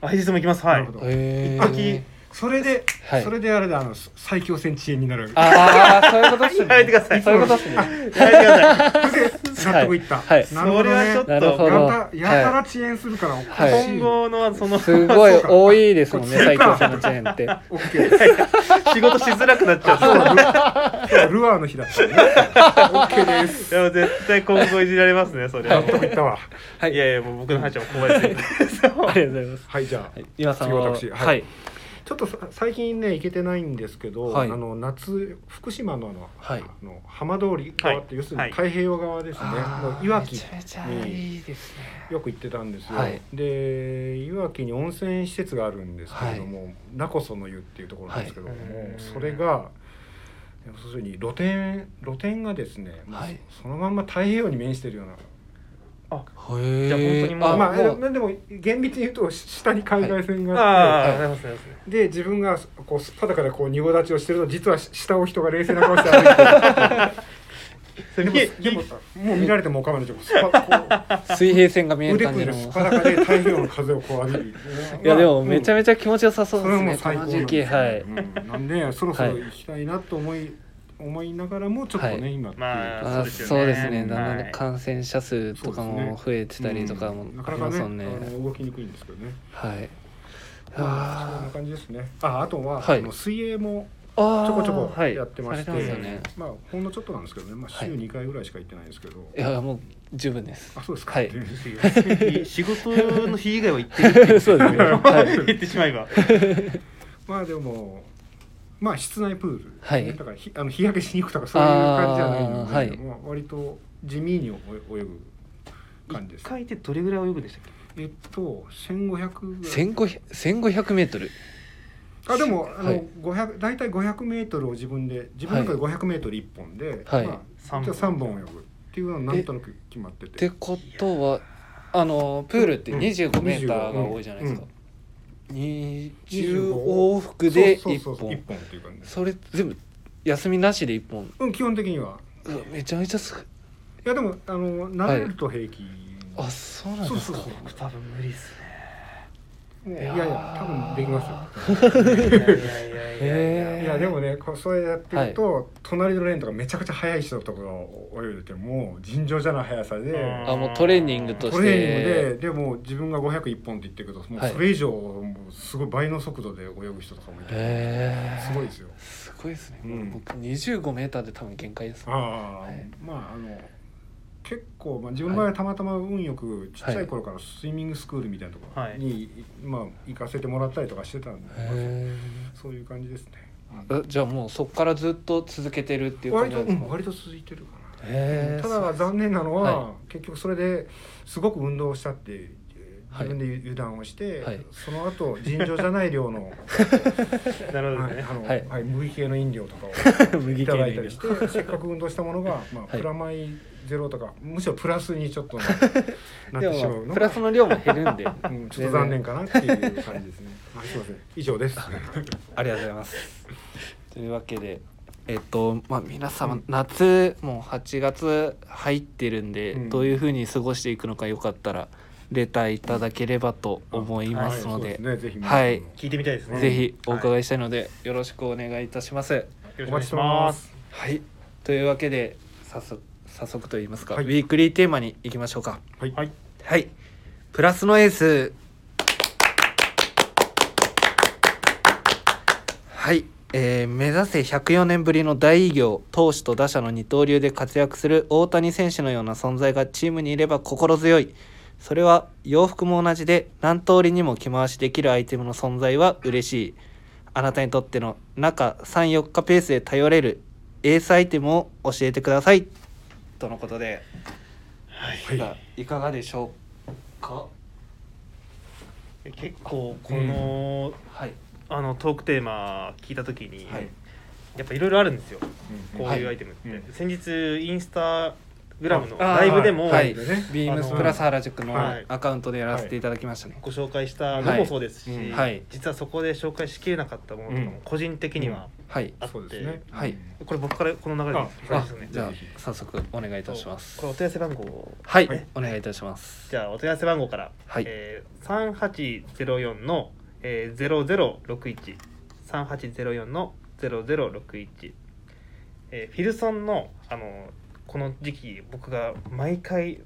Speaker 2: あ平日も行きますは
Speaker 4: ないるほど
Speaker 1: へ
Speaker 4: 一
Speaker 1: え
Speaker 4: 匹それで、
Speaker 1: はい
Speaker 4: それであれだあの最強戦遅延になる
Speaker 1: ああそういうことっすね
Speaker 2: やめてください
Speaker 1: そういうことっすね
Speaker 2: やめてください
Speaker 4: 納得いった、
Speaker 1: はいはい
Speaker 4: なるほど
Speaker 2: それは
Speaker 4: ね
Speaker 2: ちょっと
Speaker 1: なるほど
Speaker 4: やたやたら遅延するからおかしい、
Speaker 2: 今後のその
Speaker 1: すごい
Speaker 4: そうか
Speaker 1: 多いですもんね
Speaker 4: こっち
Speaker 1: 最
Speaker 4: か
Speaker 1: 強さんのチェーンって
Speaker 4: オッケーです
Speaker 2: 仕事しづらくな っちゃ
Speaker 4: 今日
Speaker 2: う。
Speaker 4: はル今日はルアーの日だったねオッケーです
Speaker 2: でも絶対今後いじられますね、それは。
Speaker 4: 納得いったわ
Speaker 1: はいい
Speaker 2: やいや、もう僕の話は怖いですよ。
Speaker 1: ありがとうございます
Speaker 4: はいじゃあ、
Speaker 1: はい今さんは
Speaker 4: 次私はい
Speaker 1: はい
Speaker 4: ちょっとさ最近ね行けてないんですけど、
Speaker 1: はい
Speaker 4: あの夏福島のあの,、
Speaker 1: はい
Speaker 4: あの浜通り側って、
Speaker 2: はい
Speaker 4: 要するに太平洋側ですね、
Speaker 1: あー
Speaker 4: いわき
Speaker 1: めちゃめちゃいいですね
Speaker 4: よく行ってたんですよ、
Speaker 1: はい
Speaker 4: でいわきに温泉施設があるんですけれども、なこその湯っていうところなんですけども、
Speaker 2: はい
Speaker 4: それが要するに露天露天がですね、もう
Speaker 1: はい
Speaker 4: そのまんま太平洋に面してるような
Speaker 1: へえ
Speaker 2: じゃあ本当にもうあ
Speaker 4: まあ
Speaker 1: もう
Speaker 4: ででも厳密に言うと下に海外線があって、
Speaker 2: ああ、なります、なります。
Speaker 4: で自分がこうすっぱだからこう濁立ちをしてると実は下を人が冷静な顔して歩いてる。
Speaker 2: それ
Speaker 4: でも
Speaker 2: いい
Speaker 4: でももう見られてもおかまでちょっとすっぱこ
Speaker 1: 水平線が見え
Speaker 4: う
Speaker 1: る
Speaker 4: 腕
Speaker 1: 感
Speaker 4: 組
Speaker 1: じ
Speaker 4: んで
Speaker 1: の
Speaker 4: すっぱだかで太平洋の風をこう浴びる。
Speaker 1: いやでもめちゃ
Speaker 4: めち
Speaker 1: めちゃ気持ちよさそ
Speaker 4: ゃ
Speaker 1: うですね、この時期はい、
Speaker 4: なんでそろそろ行きたいなと思い思いながらもちょっと
Speaker 1: は
Speaker 4: ね今っていう
Speaker 2: ま
Speaker 1: あ
Speaker 2: そうですよね
Speaker 1: そうですね
Speaker 4: うん
Speaker 1: だんだ
Speaker 2: は
Speaker 1: ん
Speaker 2: い
Speaker 1: 感染者数とかも増えてたりとかも
Speaker 4: うんな
Speaker 1: あ
Speaker 4: か
Speaker 1: り
Speaker 4: な
Speaker 1: ます
Speaker 4: か
Speaker 1: もんね
Speaker 4: ねあの動きにくいんですけどね。
Speaker 1: はい
Speaker 4: まあそん
Speaker 1: あ
Speaker 4: な感じですね。ああとは
Speaker 1: はい
Speaker 4: あの水泳も
Speaker 1: ーあ
Speaker 4: ちょこちょ
Speaker 1: ー
Speaker 4: こ
Speaker 1: はい
Speaker 4: やってまして、
Speaker 1: されてますよね
Speaker 4: まあほんのちょっとなんですけどね、まあ
Speaker 1: はい
Speaker 4: 週2回ぐらいしか行ってないんですけど、
Speaker 1: いやもう十分です
Speaker 4: あそうですか、
Speaker 1: はい
Speaker 2: 仕事の日以外は行ってるってい う
Speaker 1: そうですねはい
Speaker 2: 言ってしまえば。
Speaker 4: まあでもまあ室内プール、
Speaker 1: はい
Speaker 4: だからひあの日焼けしに行くとかそういう感じじゃないので、
Speaker 1: あーはい
Speaker 4: まあ、割と地味に泳ぐ感じで
Speaker 2: 一
Speaker 4: す
Speaker 2: 回でどれぐらい泳ぐんでしたっけ
Speaker 4: えっと1500ぐらい
Speaker 1: 1500メートル
Speaker 4: あでもあの、
Speaker 1: はい
Speaker 4: 500大体500メートルを自分で自分の中で500メートル1本で、
Speaker 1: はい
Speaker 4: まあ、
Speaker 2: はい
Speaker 4: 一応3本泳ぐっていうのはなんとなく決まって
Speaker 1: って
Speaker 4: て
Speaker 1: ことはあのプールって
Speaker 4: うん
Speaker 1: 25メーターが多いじゃないですか、
Speaker 4: うん
Speaker 1: 20
Speaker 4: 25
Speaker 1: 往復で
Speaker 4: そう
Speaker 1: 1
Speaker 4: そうそう
Speaker 1: 本
Speaker 4: 一本っていう感じです
Speaker 1: それ全部休みなしで1本
Speaker 4: うん基本的には
Speaker 1: うわめちゃめちゃすごい
Speaker 4: いやでもあの慣れると平気、
Speaker 1: あそうなんですか
Speaker 4: そうそうそう
Speaker 1: 僕多分無理っすね
Speaker 4: ね
Speaker 1: い
Speaker 4: い
Speaker 1: やー
Speaker 4: やいや多分できますよ
Speaker 1: へー
Speaker 4: いやでもねこうそれやってると、隣のレーンとかめちゃくちゃ速い人とかが泳いでても尋常じゃない速さで、
Speaker 2: うん
Speaker 1: あもうトレーニングとして
Speaker 4: トレーニングででも自分が501本って言ってるけども
Speaker 1: は
Speaker 4: う
Speaker 1: い
Speaker 4: それ以上もうすごい倍の速度で泳ぐ人とかもいて、
Speaker 1: へー
Speaker 4: すごいですよ
Speaker 1: すごいですね、
Speaker 4: うん
Speaker 1: 僕25メーターで多分限界です
Speaker 4: ああ、
Speaker 1: はい
Speaker 4: まああの結構、まあ、自分の場合はたまたま運よくちっちゃい頃からスイミングスクールみたいなところに、まあ、行かせてもらったりとかしてたんで、
Speaker 1: へ
Speaker 4: そういう感じですね、
Speaker 1: ーえじゃあもうそこからずっと続けてるっていう感
Speaker 4: 割
Speaker 1: じな
Speaker 4: と、
Speaker 1: ん
Speaker 4: う
Speaker 1: です
Speaker 4: ん、
Speaker 1: か
Speaker 4: 割と続いてるかな
Speaker 1: へー
Speaker 4: ただ残念なのは、
Speaker 1: は
Speaker 4: 結局それですごく運動をしたっていう
Speaker 1: はい
Speaker 4: 自分で油断をして、
Speaker 1: はい
Speaker 4: その後尋常じゃない量 の
Speaker 2: なるほど
Speaker 4: はい
Speaker 2: ね
Speaker 4: あの
Speaker 1: はい
Speaker 4: はい麦系の飲料とかを
Speaker 1: 麦
Speaker 4: い
Speaker 1: 系
Speaker 4: た
Speaker 1: の
Speaker 4: だ
Speaker 1: 飲
Speaker 4: い
Speaker 1: 料
Speaker 4: たりしてせっかく運動したものが、まあ
Speaker 1: はい
Speaker 4: プラマイゼロとかむしろプラスにちょっとな
Speaker 1: で
Speaker 4: なってしま
Speaker 1: もま
Speaker 4: うの
Speaker 1: あプラスの量も減る んで、
Speaker 4: うん、ちょっと残念かなっていう感 じですね。はい、すいません以上です。
Speaker 1: ありがとうございます。というわけで、えっとまあ皆様、夏もう8月入ってるんで、
Speaker 4: うん
Speaker 1: どういう風に過ごしていくのかよかったらレターいただければと 思いますの
Speaker 4: はい
Speaker 1: で、
Speaker 4: そうですね、ぜひ皆さんも
Speaker 1: はい
Speaker 2: 聞いてみたいですね
Speaker 1: ぜひお
Speaker 2: は
Speaker 1: 伺いしたいので、よろしくお願いいたします。
Speaker 2: いよろし
Speaker 4: お
Speaker 2: くお願
Speaker 4: 待ち
Speaker 2: い
Speaker 4: し
Speaker 2: して
Speaker 4: ま
Speaker 2: ますす。
Speaker 1: はい。というわけで早速早速と言いますか、
Speaker 4: はい
Speaker 1: ウィークリーテーマに行きましょうか。
Speaker 4: はい、
Speaker 2: はい
Speaker 1: はい。プラスのエース。はい。えー目指せ104年ぶりの大偉業投手と打者の二刀流で活躍する大谷選手のような存在がチームにいれば心強いそれは洋服も同じで何通りにも着回しできるアイテムの存在は嬉しいあなたにとっての中34日ペースで頼れるエースアイテムを教えてくださいとのことで、
Speaker 4: はい
Speaker 1: さあいかがでしょうか
Speaker 2: 結構この,、
Speaker 1: はい、
Speaker 2: あのトークテーマ聞いた時に、
Speaker 1: はい、
Speaker 2: やっぱいろいろあるんですよこう
Speaker 1: はい
Speaker 2: いうアイテムって、
Speaker 4: うん
Speaker 2: 先日インスタグラムの
Speaker 1: あ
Speaker 2: ライブでも
Speaker 1: は
Speaker 4: はいい、ね、
Speaker 1: ビームスプラス原宿の
Speaker 2: はい
Speaker 1: アカウントでやらせていただきましたね。
Speaker 2: ご紹介したのもそうですし、
Speaker 4: はいうん
Speaker 1: はい
Speaker 2: 実はそこで紹介しきれなかったものとか
Speaker 4: う
Speaker 2: も
Speaker 4: ん
Speaker 2: 個人的には
Speaker 1: はい、
Speaker 2: あって、
Speaker 4: そうですね。
Speaker 1: はい
Speaker 2: これ僕からこの流れで
Speaker 4: あ
Speaker 2: そうですよね
Speaker 1: じゃ
Speaker 4: ぜひ
Speaker 1: あ早速お願いいたします
Speaker 2: こ。れお問い合わせ番号を
Speaker 1: はい、
Speaker 4: はい
Speaker 1: お願いいたします。
Speaker 2: じゃあお問い合わせ番号から、
Speaker 1: はい
Speaker 2: えー、3804の、えー、00613804の0061、えー、フィルソンのあのこの時期僕が毎回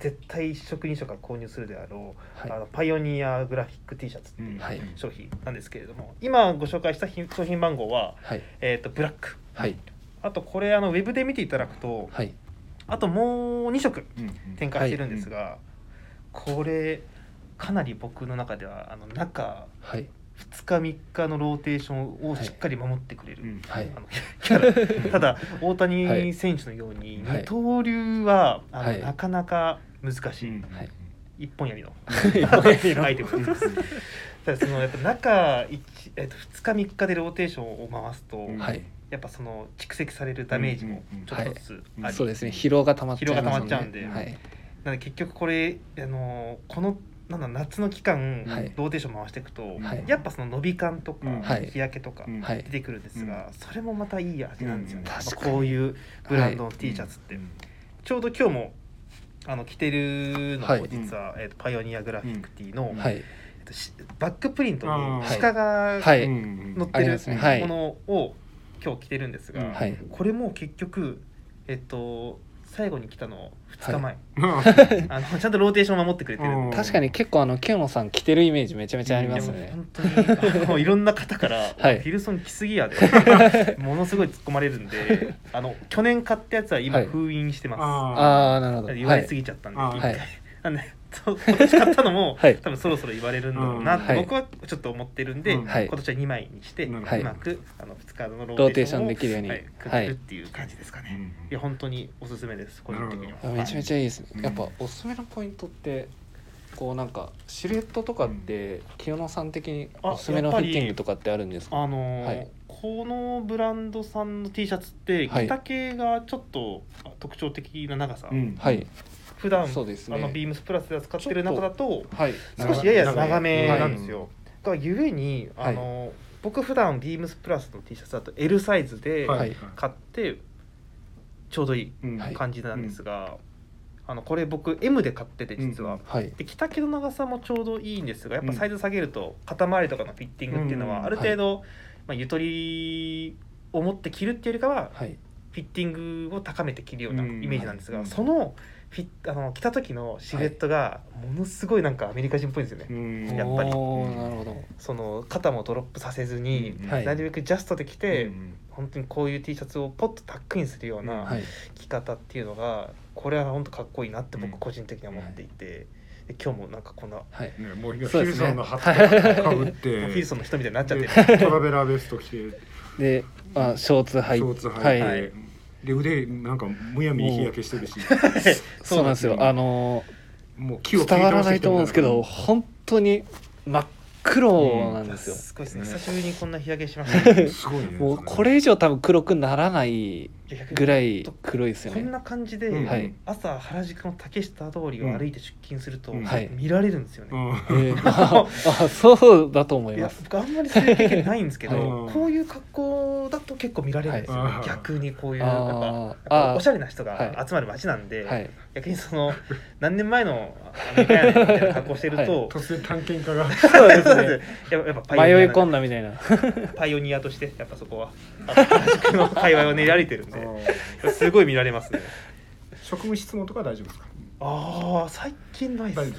Speaker 2: 絶対一色二色から購入するであろう、あ
Speaker 1: は
Speaker 2: のパイオニアグラフィック T シャツっていう
Speaker 1: はい
Speaker 4: うん
Speaker 2: 商品なんですけれども、今ご紹介した品商品番号は、
Speaker 1: い、はい、
Speaker 2: えー、とブラック
Speaker 1: はい、
Speaker 2: あとこれあのウェブで見ていただくと
Speaker 1: はい、
Speaker 2: あともう2色
Speaker 4: うんうん
Speaker 2: 展開してるんですが、これかなり僕の中ではあの中
Speaker 1: はい、
Speaker 2: 2日3日のローテーションをしっかり守ってくれる、
Speaker 4: うん
Speaker 1: はい
Speaker 2: あのキャラ ただ大谷選手のように
Speaker 1: はい
Speaker 2: 二刀流は、あの
Speaker 1: はい
Speaker 2: なかなか難しい、
Speaker 4: うん
Speaker 1: はい
Speaker 2: 一本やりの
Speaker 1: はい
Speaker 2: アイテムです。ただそのやっぱ中一えっと2日3日でローテーションを回すと、
Speaker 4: うん
Speaker 1: はい
Speaker 2: やっぱその蓄積されるダメージもちょっとずつ
Speaker 4: うんう
Speaker 2: あり、
Speaker 4: んうんはい
Speaker 1: そうですね、疲労が溜まっちゃいます、ね。
Speaker 2: 疲労が溜まっちゃうんで
Speaker 1: はい、
Speaker 2: なので結局これあのこのなんだ夏の期間、
Speaker 1: はい
Speaker 2: ローテーション回していくと、
Speaker 1: はい
Speaker 2: やっぱその伸び感とか、
Speaker 4: うん
Speaker 1: はい
Speaker 2: 日焼けとか
Speaker 4: うん
Speaker 1: は
Speaker 2: 出
Speaker 1: い、
Speaker 2: てくるんですが、
Speaker 4: うん
Speaker 2: それもまたいい味なんですよね、
Speaker 4: うん
Speaker 2: まあ
Speaker 1: 確かに
Speaker 2: こういうブランドの T シャツって、ちょうど今日もあの着てるの
Speaker 1: は
Speaker 2: も
Speaker 1: い
Speaker 2: 実は、えっとパイオニアグラフィック T の、
Speaker 1: はい、
Speaker 2: えっとしバックプリント
Speaker 4: あ
Speaker 2: に
Speaker 4: ー
Speaker 2: 鹿が
Speaker 1: は
Speaker 2: 載
Speaker 1: い
Speaker 2: っ
Speaker 4: の
Speaker 1: あ
Speaker 2: て
Speaker 1: り
Speaker 2: る
Speaker 1: ますねはい
Speaker 2: ものを今日着てるんですが、
Speaker 4: うん
Speaker 1: はい、
Speaker 2: これも結局えっと最後に来たの2日前、あのちゃんとローテーションを守ってくれてるんで
Speaker 4: うん
Speaker 1: 確かに結構あの清野さん着てるイメージめちゃめちゃあり
Speaker 2: い
Speaker 1: ま
Speaker 2: や
Speaker 1: す
Speaker 2: もう
Speaker 1: ね。
Speaker 2: 本当にあのいろんな方から「
Speaker 1: はい
Speaker 2: フィルソン来す ぎやで」ものすごい突っ込まれるんであの去年買ったやつは今
Speaker 1: はい
Speaker 2: 封印してま
Speaker 1: あ
Speaker 4: あ
Speaker 1: あ、なるほ
Speaker 2: す、
Speaker 1: ど。
Speaker 2: 言われ
Speaker 1: は
Speaker 2: す
Speaker 1: い
Speaker 2: ぎちゃったんで、
Speaker 4: はい
Speaker 2: 一
Speaker 1: は
Speaker 2: 回
Speaker 1: い、
Speaker 2: なんでそう今年買ったの も、
Speaker 1: はい
Speaker 2: 多分そろそろ言われるんだろうなって、
Speaker 1: うんはい
Speaker 2: 僕はちょっと思ってるんで、
Speaker 4: うん
Speaker 1: はい
Speaker 2: 今年は2枚にして、
Speaker 4: な
Speaker 2: う
Speaker 4: る
Speaker 1: ほど
Speaker 2: まくあの2日の
Speaker 1: ロ
Speaker 2: ロ
Speaker 1: ー
Speaker 2: ー
Speaker 1: テ
Speaker 2: テ
Speaker 1: ー
Speaker 2: ー
Speaker 1: シ
Speaker 2: シ
Speaker 1: ョ
Speaker 2: ョ
Speaker 1: ン
Speaker 2: ン
Speaker 1: できるように
Speaker 2: はい、組んでるっていう感じですかね、いや本当におすすめです個人的に
Speaker 4: な
Speaker 2: は
Speaker 4: るほ
Speaker 1: あめちゃめちゃいいですね、
Speaker 4: うん
Speaker 1: やっぱおすすめのポイントってこうなんかシルエットとかって清野さん的におすすめのフ
Speaker 2: あや
Speaker 1: ィッ
Speaker 2: っぱり
Speaker 1: ティングとかってあるんですか
Speaker 2: あのー
Speaker 1: はい
Speaker 2: このブランドさんの T シャツって
Speaker 1: はい
Speaker 2: 着丈がちょっと特徴的な長さ、
Speaker 1: はい
Speaker 2: 普段
Speaker 1: そうですね
Speaker 2: あのビームスプラスで扱ってる中だと
Speaker 1: はい
Speaker 2: 少しやや長め
Speaker 1: はい
Speaker 2: なんですよ、がゆえにあの、僕普段ビームスプラスの T シャツだと L サイズで
Speaker 4: はいは
Speaker 2: 買ってちょうどいい
Speaker 4: うん
Speaker 1: はい
Speaker 2: 感じなんですが、あのこれ僕 M で買ってて実は、
Speaker 4: うん
Speaker 1: はい
Speaker 2: で着丈の長さもちょうどいいんですがやっぱサイズ下げると肩周りとかのフィッティングっていうの
Speaker 4: う
Speaker 2: は
Speaker 4: ん
Speaker 2: ある程度、まあ、ゆとりを持って着るっていうよりかは
Speaker 1: はい
Speaker 2: フィッティングを高めて着るようなイ
Speaker 4: うん
Speaker 2: メージなんですが、
Speaker 4: はい
Speaker 2: そのフィッあの着た時のシルエットがものすごいなんかアメリカ人っぽいんですよね。
Speaker 4: うん
Speaker 2: やっぱり
Speaker 1: おーなるほど
Speaker 2: その肩もドロップさせずに、
Speaker 4: うん
Speaker 1: はい
Speaker 2: なるべくジャストで着て、
Speaker 4: うん
Speaker 2: 本当にこういう T シャツをポッとタックインするよう
Speaker 4: うん
Speaker 2: な
Speaker 1: はい
Speaker 2: 着方っていうのがこれは本当かっこいいなって
Speaker 4: う
Speaker 2: 僕
Speaker 4: ん
Speaker 2: 個人的には思っていて、で今日もなんかこんな
Speaker 1: はい
Speaker 4: ね、もうフ
Speaker 1: そう
Speaker 4: ィ
Speaker 1: で
Speaker 4: ル
Speaker 1: すね
Speaker 4: ソンのハットかぶっ
Speaker 2: フ
Speaker 4: て
Speaker 2: ィルソンの人みたいになっちゃってる、
Speaker 4: でトラベラーベスト着てシ
Speaker 1: で、まあ、ショーツ履い
Speaker 4: ョーツ履いて、
Speaker 1: はい
Speaker 4: で腕なんかむやみに日焼けしてるし
Speaker 1: そうなんですよあの
Speaker 4: もう木を
Speaker 1: ー伝わらないと思うんですけど
Speaker 4: 切
Speaker 1: 本当に真っ黒なんですよ、
Speaker 2: すごいですね
Speaker 4: ね
Speaker 2: 久しぶりにこんな日焼けしました、ね
Speaker 4: り倒、してるんだからすごいね
Speaker 1: もうこれ以上多分黒くならないぐらい
Speaker 2: 逆に
Speaker 1: 黒いですよ
Speaker 2: こん
Speaker 1: ね
Speaker 2: な感じで、
Speaker 4: うん
Speaker 1: はい
Speaker 2: 朝原宿の竹下通りを歩いて出勤すると、
Speaker 4: うん
Speaker 1: はい
Speaker 2: 見られるんですよね、
Speaker 4: うん
Speaker 1: えーああそうだと思い
Speaker 2: い
Speaker 1: ま
Speaker 2: や
Speaker 1: す
Speaker 2: 僕あんまりそういう経験ないんですけど、
Speaker 4: はい
Speaker 2: こういう格好だと結構見られるんですよ、ね
Speaker 4: はい
Speaker 2: 逆にこういうやっぱや
Speaker 1: あ
Speaker 2: っ
Speaker 1: ー
Speaker 2: ぱ
Speaker 1: あ
Speaker 2: おしゃれな人
Speaker 1: は
Speaker 2: が
Speaker 1: い
Speaker 2: 集まる街なんで、
Speaker 1: ーはい
Speaker 2: 逆にその何年前のアメリカやねんみたいな格好してると、
Speaker 4: 突然探検家が
Speaker 2: そうですそうですやっぱやっぱパ
Speaker 1: 迷
Speaker 2: イオニ
Speaker 1: い
Speaker 2: ア
Speaker 1: 込
Speaker 2: なん
Speaker 1: ん
Speaker 2: で
Speaker 1: だみたいな
Speaker 2: パイオニアとしてやっぱそこはあの原宿の界隈を練られてる ん
Speaker 4: あ
Speaker 2: で
Speaker 4: ー
Speaker 2: すごい見られますね
Speaker 4: 職務質問とか大丈夫ですか
Speaker 2: ああ最近ない
Speaker 4: 大丈
Speaker 2: で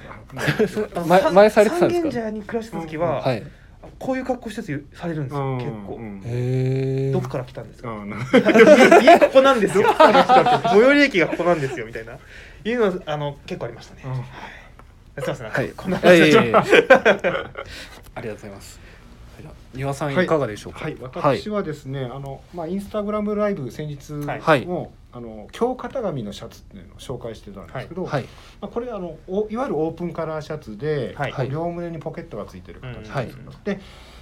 Speaker 4: 夫
Speaker 2: す
Speaker 4: で
Speaker 2: ね
Speaker 4: すか
Speaker 2: あの
Speaker 1: 前
Speaker 2: さ
Speaker 1: 前されてたんですか
Speaker 2: 三軒茶屋に暮らしてた時は、
Speaker 1: はいへ
Speaker 2: こういう格好しててされるんですよ、結構、
Speaker 4: うん
Speaker 1: え
Speaker 2: どっから来たんですか
Speaker 4: うんな
Speaker 2: 家ここなん ですよ最寄り駅がここなんですよみたいないうのあの結構ありましたね、
Speaker 4: うん
Speaker 2: すいません、
Speaker 1: はい
Speaker 2: こんな
Speaker 1: あい
Speaker 2: 話
Speaker 1: や
Speaker 2: で
Speaker 1: い
Speaker 2: ちょ
Speaker 1: や
Speaker 2: っ
Speaker 1: い
Speaker 2: と
Speaker 1: やありがとうございます岩さん
Speaker 4: はい
Speaker 1: いかがでしょうか
Speaker 4: はい、私はですね、あのまあインスタグラムライブ先日も、
Speaker 2: はい
Speaker 4: あの京型紙のシャツっていうのを紹介してたんですけど、
Speaker 1: はい
Speaker 4: まあこれあのおいわゆるオープンカラーシャツで、
Speaker 2: はい
Speaker 1: はい
Speaker 4: 両胸にポケットがついてる形なんですけど、
Speaker 2: うん
Speaker 4: で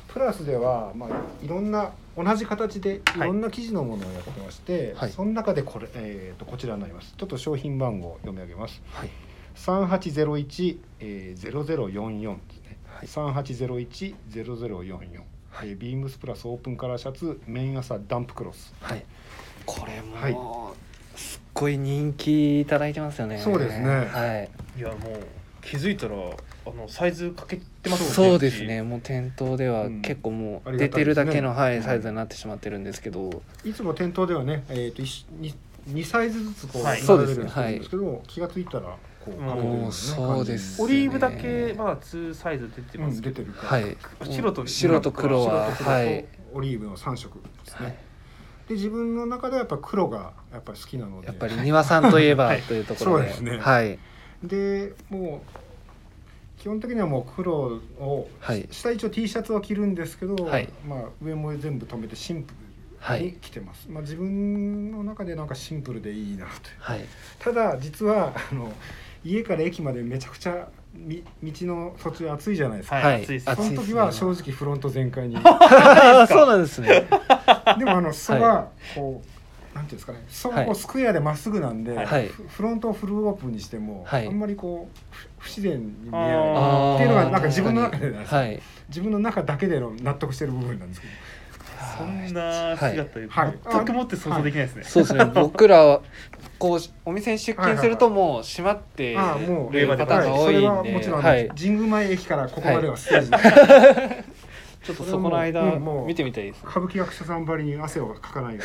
Speaker 4: プラスではまあいろんな同じ形でいろんな生地のものをやってまして、
Speaker 1: はい
Speaker 4: その中でこれえっ、とこちらになります。ちょっと商品番号を読み上げます。
Speaker 1: はい
Speaker 4: 三八ゼロ一ゼロゼロ四四ですね。
Speaker 1: はい
Speaker 4: 三八ゼロ一ゼロゼロ四四。えービームスプラスオープンカラーシャツ綿朝ダンプクロス。
Speaker 1: はいこれも、
Speaker 4: はい
Speaker 1: すっごい人気いただいてますよね
Speaker 4: そうですね
Speaker 1: はい
Speaker 2: いやもう気づいたらあのサイズかけてますもん
Speaker 1: そうですねもう店頭では
Speaker 4: うん
Speaker 1: 結構も
Speaker 4: あ
Speaker 1: う
Speaker 4: りがた
Speaker 1: 出
Speaker 4: いですね
Speaker 1: てるだけの、は
Speaker 4: う
Speaker 1: い
Speaker 4: ん
Speaker 1: サイズになってしまってるんですけど、
Speaker 4: いつも店頭ではね、えっ、と一に二サイズずつこう
Speaker 2: はい
Speaker 4: 並べるようにして
Speaker 1: そうですね
Speaker 4: るんですけど、気がついたらこう
Speaker 2: もう
Speaker 4: かぶってるよね
Speaker 1: そうです
Speaker 2: オ
Speaker 4: 感
Speaker 2: リーブだけまだ2サイズ出て
Speaker 4: じ
Speaker 2: ま
Speaker 4: うん
Speaker 2: すけ
Speaker 4: 出
Speaker 2: ど、
Speaker 4: てるから。
Speaker 1: はい
Speaker 2: 白と
Speaker 1: 白と黒は
Speaker 4: 白と黒と
Speaker 1: はい
Speaker 4: オリーブの三色ですね。
Speaker 1: はい
Speaker 4: で自分の中ではやっぱ黒がやっぱり好きなので。
Speaker 1: やっぱり丹羽さんといえば
Speaker 2: はい
Speaker 1: というところで、
Speaker 4: そうですね
Speaker 1: はい
Speaker 4: でもう基本的にはもう黒を、
Speaker 1: はい
Speaker 4: 下一応 T シャツは着るんですけど、
Speaker 1: はい
Speaker 4: まあ、上も全部止めてシンプ
Speaker 1: は
Speaker 4: ルに
Speaker 1: い
Speaker 4: 着てます、まあ、自分の中でなんかシンプルでいいなと
Speaker 1: はい
Speaker 4: ただ実はあの家から駅までめちゃくちゃみ道の途中暑いじゃないですか、
Speaker 2: はい
Speaker 1: はい
Speaker 2: 暑いです
Speaker 1: 暑
Speaker 4: そ
Speaker 1: い
Speaker 4: の時は正
Speaker 1: 直
Speaker 4: 直フロント 全開に
Speaker 1: そうなんですね
Speaker 4: でもあの裾はこう、なんていうんですかね裾がこ
Speaker 1: はいう
Speaker 4: スクエアでまっすぐなんで、
Speaker 1: はい
Speaker 4: フフロントをフルオープンにしても、
Speaker 1: はい
Speaker 4: あんまりこうふ不自然に見え
Speaker 2: あ
Speaker 4: ない
Speaker 2: ー
Speaker 4: っていうのがなん
Speaker 1: あー
Speaker 4: か自分の中でね
Speaker 1: はい
Speaker 4: 自分の中だけでの納得してる部分なんですけど
Speaker 2: そんな姿、
Speaker 4: はい
Speaker 2: 全くもって想像できないですね、
Speaker 1: そうですね僕らはこうお店に出勤するともう閉まってる
Speaker 4: ああもう
Speaker 2: レイバ
Speaker 1: 方
Speaker 2: ーで
Speaker 1: が
Speaker 4: はい、
Speaker 1: 多
Speaker 4: そ
Speaker 1: い
Speaker 4: れ
Speaker 1: ん
Speaker 4: は
Speaker 1: で、
Speaker 4: もちろん、
Speaker 1: はい、
Speaker 4: 神宮前駅からここまではステージで、
Speaker 1: ちょっとそこの間
Speaker 4: うんもう
Speaker 1: 見てみたいですね
Speaker 4: 歌舞伎役者さんばりに汗をかかないよ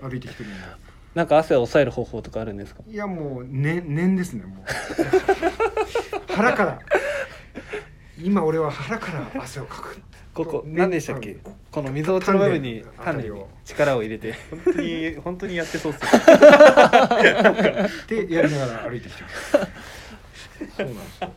Speaker 4: う に歩いてきてるんで
Speaker 1: なんか汗を抑える方法とかあるんですか
Speaker 4: いやもう念、念ですね もう腹から今俺は腹から汗をかく
Speaker 1: ここ
Speaker 4: ね
Speaker 1: 何でしたっけこの溝落ちの部分に
Speaker 4: 丹
Speaker 1: 種
Speaker 4: 念
Speaker 1: に力を入れて
Speaker 2: 本当に本当にやってそうっすね
Speaker 4: でやりながら歩いてきてます。そうなんですよ。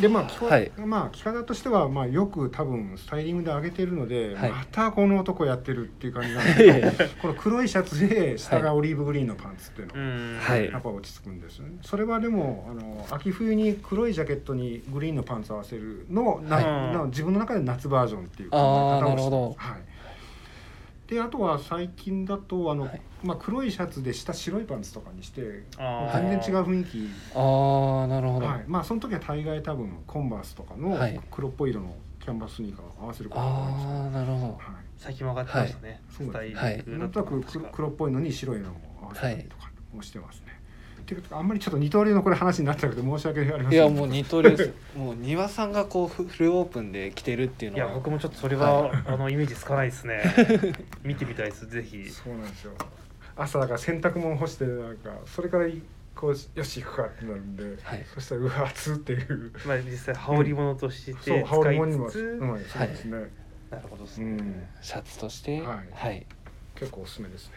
Speaker 4: でまあ着,、
Speaker 1: はい
Speaker 4: まあ着方としてはまあよく多分スタイリングで上げてるので、
Speaker 1: はい
Speaker 4: またこの男やってるっていう感じなん
Speaker 1: いやい
Speaker 4: で
Speaker 1: や
Speaker 4: すけど、この黒いシャツで下がオリーブグリーンのパンツっていうの。
Speaker 2: うん
Speaker 1: はい
Speaker 4: やっぱ落ち着くんですよねそれはでもあの秋冬に黒いジャケットにグリーンのパンツを合わせるのをな、
Speaker 2: はい
Speaker 4: な自分の中で夏バージョンっていう考え
Speaker 1: あー
Speaker 4: 方
Speaker 1: な
Speaker 4: を
Speaker 1: るほ
Speaker 4: して
Speaker 1: ど
Speaker 4: ますはい、であとは最近だとあの、
Speaker 1: はい
Speaker 4: まあ、黒いシャツで下白いパンツとかにして
Speaker 2: あ
Speaker 1: ー
Speaker 4: 全然違う雰囲気、
Speaker 1: ああなるほど、
Speaker 4: はいまあその時は大概多分コンバースとかの
Speaker 1: はい
Speaker 4: 黒っぽい色のキキャンバススニーカーを合わせることが多いです
Speaker 1: ああなるほど
Speaker 4: はい
Speaker 2: 最近分かってましたね、
Speaker 4: はい
Speaker 2: スタイリ
Speaker 1: はい
Speaker 2: ング
Speaker 4: な
Speaker 2: だ
Speaker 4: んと
Speaker 2: と
Speaker 4: なく黒黒っぽいのに白いのを合わせたりとかもしてますね。ていうかあんまりちょっと二刀流のこれ話になっちゃうけど申し訳ありません
Speaker 1: いやもう二刀流ですもう庭さんがこうフフルオープンで着てるっていう
Speaker 2: い
Speaker 1: の
Speaker 2: や
Speaker 1: は
Speaker 2: 僕もちょっとそれは、あのイメージつかないで すね見てみたいですぜひ
Speaker 4: そうなんですよ朝だから洗濯物干してなんかそれからいこうよし行くかってなるんで、
Speaker 1: はい
Speaker 4: そしたらうわ暑っていう
Speaker 2: まあ実際羽織物として使
Speaker 4: そう
Speaker 2: い
Speaker 4: 羽織物にも、
Speaker 2: つつ、
Speaker 4: うん、そうですね、
Speaker 2: なるほどです
Speaker 4: う
Speaker 2: ね、
Speaker 4: ん
Speaker 1: シャツとして
Speaker 4: はい
Speaker 1: はい、
Speaker 4: 結構おすすめですね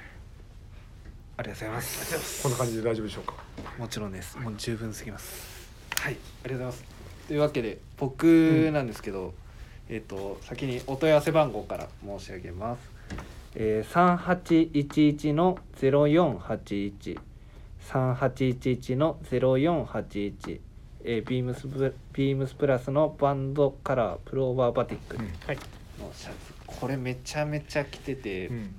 Speaker 1: ありがとうございます
Speaker 4: こんな感じで大丈夫でしょうか
Speaker 1: もちろんです。もう十分すぎます。はい、ありがとうございます。というわけで僕なんですけど、えっ、と先にお問い合わせ番号から申し上げます。えー、三八一一のゼロ四八一、三八一一のゼロ四八一、えー、ビームスプビームスプラスのバンドカラープローバーバティック
Speaker 4: うん
Speaker 1: の
Speaker 2: はい
Speaker 1: シャツ、これめちゃめちゃ着てて、
Speaker 4: うんうん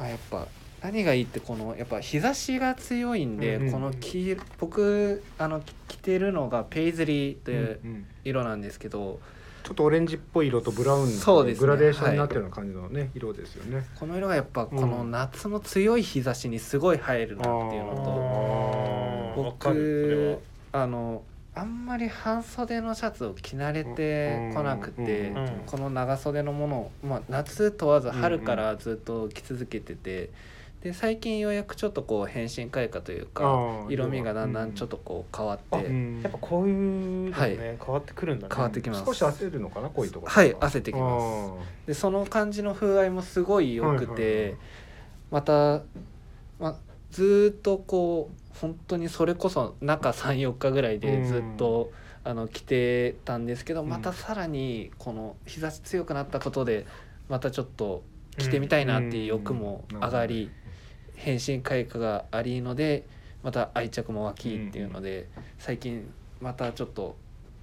Speaker 1: あやっぱ何がいいってこのやっぱ日差しが強いんで、
Speaker 2: うんうん
Speaker 1: この黄色僕あのき着てるのがペイズリーと
Speaker 4: うん
Speaker 1: いう
Speaker 4: うんうん
Speaker 1: 色なんですけど、
Speaker 4: ちょっとオレンジっぽい色とブラウン
Speaker 1: そうですね
Speaker 4: グラデーションになってるような感じのね、色ですよね
Speaker 1: この色がやっぱこの
Speaker 4: うん
Speaker 1: 夏の強い日差しにすごい映えるなっていうの
Speaker 2: あ
Speaker 1: と、
Speaker 2: ーわか
Speaker 1: 僕
Speaker 2: る
Speaker 1: あのあんまり半袖のシャツを着慣れてこなくて、
Speaker 4: うん
Speaker 2: うん
Speaker 1: この長袖のものを、まあ、夏問わず春からずっと着続けてて、で最近ようやくちょっとこう変身開花というか。色味がだんだんちょっとこう変わって、
Speaker 2: それはやっぱこういうのもね、変わってくるんだね
Speaker 1: 変わってきます
Speaker 4: 少し焦るのかなこういうところ
Speaker 1: はい焦ってきます
Speaker 4: あー
Speaker 1: でその感じの風合いもすごい良くて、
Speaker 4: はいはいはい
Speaker 1: また、ま、ずーっとこう本当にそれこそ中34日ぐらいでずっと、あの着てたんですけど
Speaker 4: うん
Speaker 1: またさらにこの日差し強くなったことでまたちょっと着てみたいなっていう欲も上がり、変身開花がありのでまた愛着も湧きっていうので、最近またちょっと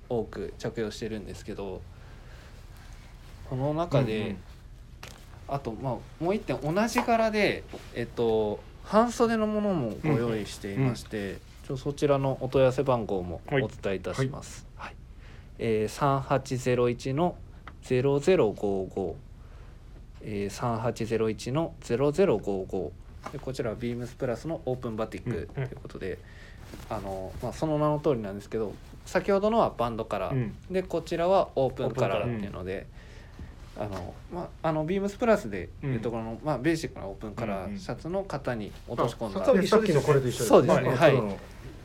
Speaker 1: 多く着用してるんですけどこの中で、
Speaker 4: うんうん
Speaker 1: あとまあもう一点同じ柄でえっと半袖のものもご用意していまして、ちょそちらのお問い合わせ番号もお
Speaker 2: はい
Speaker 1: 伝えいたします。はいえー、3801の0055えー、3801の0055でこちらはビームスプラスのオープンバティックと
Speaker 2: うんうん
Speaker 1: いうことで、あのまあ、その名の通りなんですけど先ほどのはバンドカラー、
Speaker 4: うん
Speaker 1: でこちらはオープンカラ
Speaker 2: オープンカラ
Speaker 1: ー
Speaker 4: ー
Speaker 1: っていうので、あのまああのビームスプラスでいうところの、まあ、ベーシックなオープンカラ
Speaker 4: うんう
Speaker 1: ー
Speaker 4: ん
Speaker 1: シャツの型に落とし込んだ、
Speaker 2: あそ
Speaker 4: でさっきのこれと一緒
Speaker 1: そうです
Speaker 2: ね
Speaker 1: はい
Speaker 4: この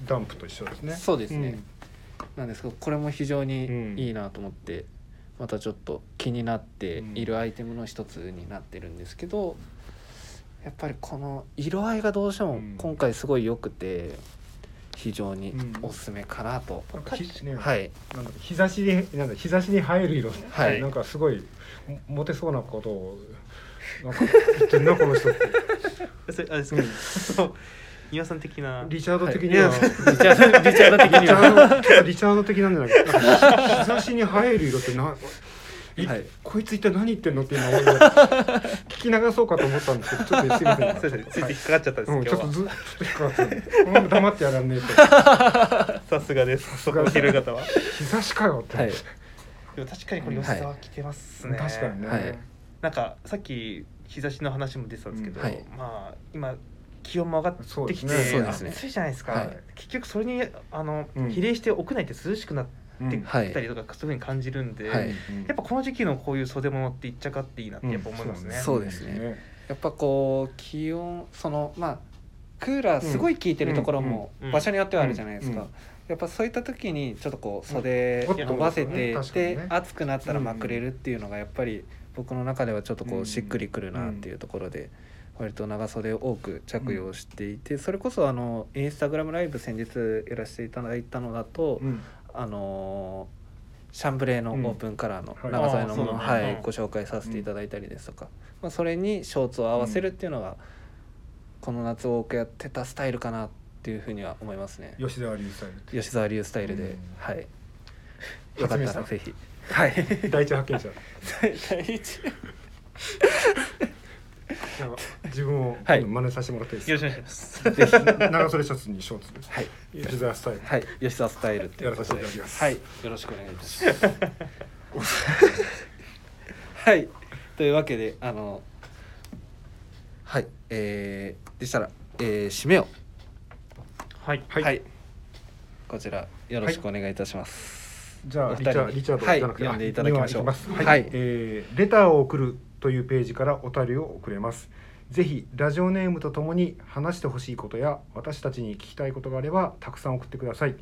Speaker 4: ダンプと一緒ですね
Speaker 1: そうですね、なんですけどこれも非常にいいなと思って、またちょっと気になっているアイテムの一つになってるんですけどやっぱりこの色合いがどうして
Speaker 4: う
Speaker 1: も
Speaker 4: ん
Speaker 1: 今回すごい良くて非常に
Speaker 4: うん
Speaker 1: おすすめかなと、
Speaker 4: なんかひね
Speaker 1: はい
Speaker 4: なんだろう日差しになんだ日差しに映える色って、
Speaker 1: はい
Speaker 4: なんかすごいもモテそうなことをなんか言ってんなこの人って
Speaker 2: それあれですか、そう庭さん的な
Speaker 4: リチャード的
Speaker 1: い
Speaker 4: に
Speaker 1: や
Speaker 4: は
Speaker 1: リチャードリチャード的には
Speaker 4: ちょっとリチャード的なんじゃないかなんか日差しに映える色ってな、い
Speaker 1: はい
Speaker 4: こいつ一体何言ってんのって今俺が聞き流そうかと思ったんですけどちょっとすいません
Speaker 2: そうですねついて引っかかっちゃったんです、
Speaker 4: うん、ちょっと
Speaker 2: 今日は
Speaker 4: ずちょっと引っかかってこのまま黙ってやらんねえ と
Speaker 2: さすがですそこの広方は
Speaker 4: 日差しかよって、
Speaker 1: はい
Speaker 2: でも確かにこれ吉沢来てますね、
Speaker 4: 確かにね、
Speaker 1: はい
Speaker 2: なんかさっき日差しの話も出てたんですけど、
Speaker 1: うんはい
Speaker 2: まあ今気温も上がってきて、
Speaker 1: そうですね
Speaker 2: 暑いじゃないですか、
Speaker 1: はい
Speaker 2: 結局それにあの、
Speaker 4: うん
Speaker 2: 比例して屋内って涼しくなって
Speaker 4: うん
Speaker 2: き
Speaker 1: はい
Speaker 2: たりとか、そういうふうに感じるんで、
Speaker 1: はい
Speaker 2: やっぱこの時期のこういう袖物って一着あっていいなってやっぱ思いますね。
Speaker 1: うんそうですねやっぱこう気温そのまあクーラーすごい効いてるところも
Speaker 2: うんうん
Speaker 1: 場所によってはあるじゃないですか、
Speaker 4: うんうん
Speaker 1: やっぱそういった時にちょっとこう袖
Speaker 4: うん
Speaker 1: 伸ばせて、
Speaker 4: うん確かにね
Speaker 1: で暑くなったらまくれるっていうのがやっぱり僕の中ではちょっとこ
Speaker 4: う
Speaker 1: うんしっくりくるなっていうところで。割と長袖を多く着用していて、それこそあのインスタグラムライブ先日やらせていただいたのだと、
Speaker 4: うん
Speaker 1: あのーシャンブレーのオープンカラーの
Speaker 4: うん
Speaker 1: 長袖のものを、
Speaker 2: はいああそう
Speaker 1: は
Speaker 2: だね
Speaker 1: い
Speaker 2: うん
Speaker 1: ご紹介させていただいたりですとか、まあ、それにショーツを合わせるっていうのが、この夏多くやってたスタイルかなっていうふうには思いますね
Speaker 4: 吉沢流さん
Speaker 1: 吉沢流スタイルで、
Speaker 4: うん
Speaker 1: はいよか
Speaker 4: 発
Speaker 1: っ
Speaker 4: 明
Speaker 1: た
Speaker 4: した
Speaker 1: らぜひはい
Speaker 4: 第一発見者
Speaker 1: 第一
Speaker 4: なんか自分を
Speaker 1: はい
Speaker 4: 真似させてもらっていい
Speaker 2: よ
Speaker 4: で
Speaker 2: ろ
Speaker 4: す
Speaker 2: し
Speaker 4: か
Speaker 2: くお願いします。
Speaker 4: ぜひ長袖シャツにショーツで
Speaker 1: はい、
Speaker 4: 吉沢スタイル
Speaker 1: はい、吉沢スタイルっていうことで
Speaker 4: やらさせていただきます
Speaker 1: はいよろしくお願いいたします はいというわけであのはいえー、でしたら、えー、締めを
Speaker 2: はい
Speaker 1: はい、こちらよろしくお願いいたします、
Speaker 4: じゃ
Speaker 1: お
Speaker 4: あ
Speaker 1: 二
Speaker 4: リ
Speaker 1: 人
Speaker 4: チャ
Speaker 1: に
Speaker 4: リチャード
Speaker 1: はい
Speaker 4: じゃなくて、
Speaker 1: 読んで
Speaker 4: あ
Speaker 1: いただきましょう
Speaker 4: 二番いきます
Speaker 1: は
Speaker 4: はいい、えーレターを送るというページからお便りを送れます。ぜひラジオネームとともに話してほしいことや私たちに聞きたいことがあればたくさん送ってください。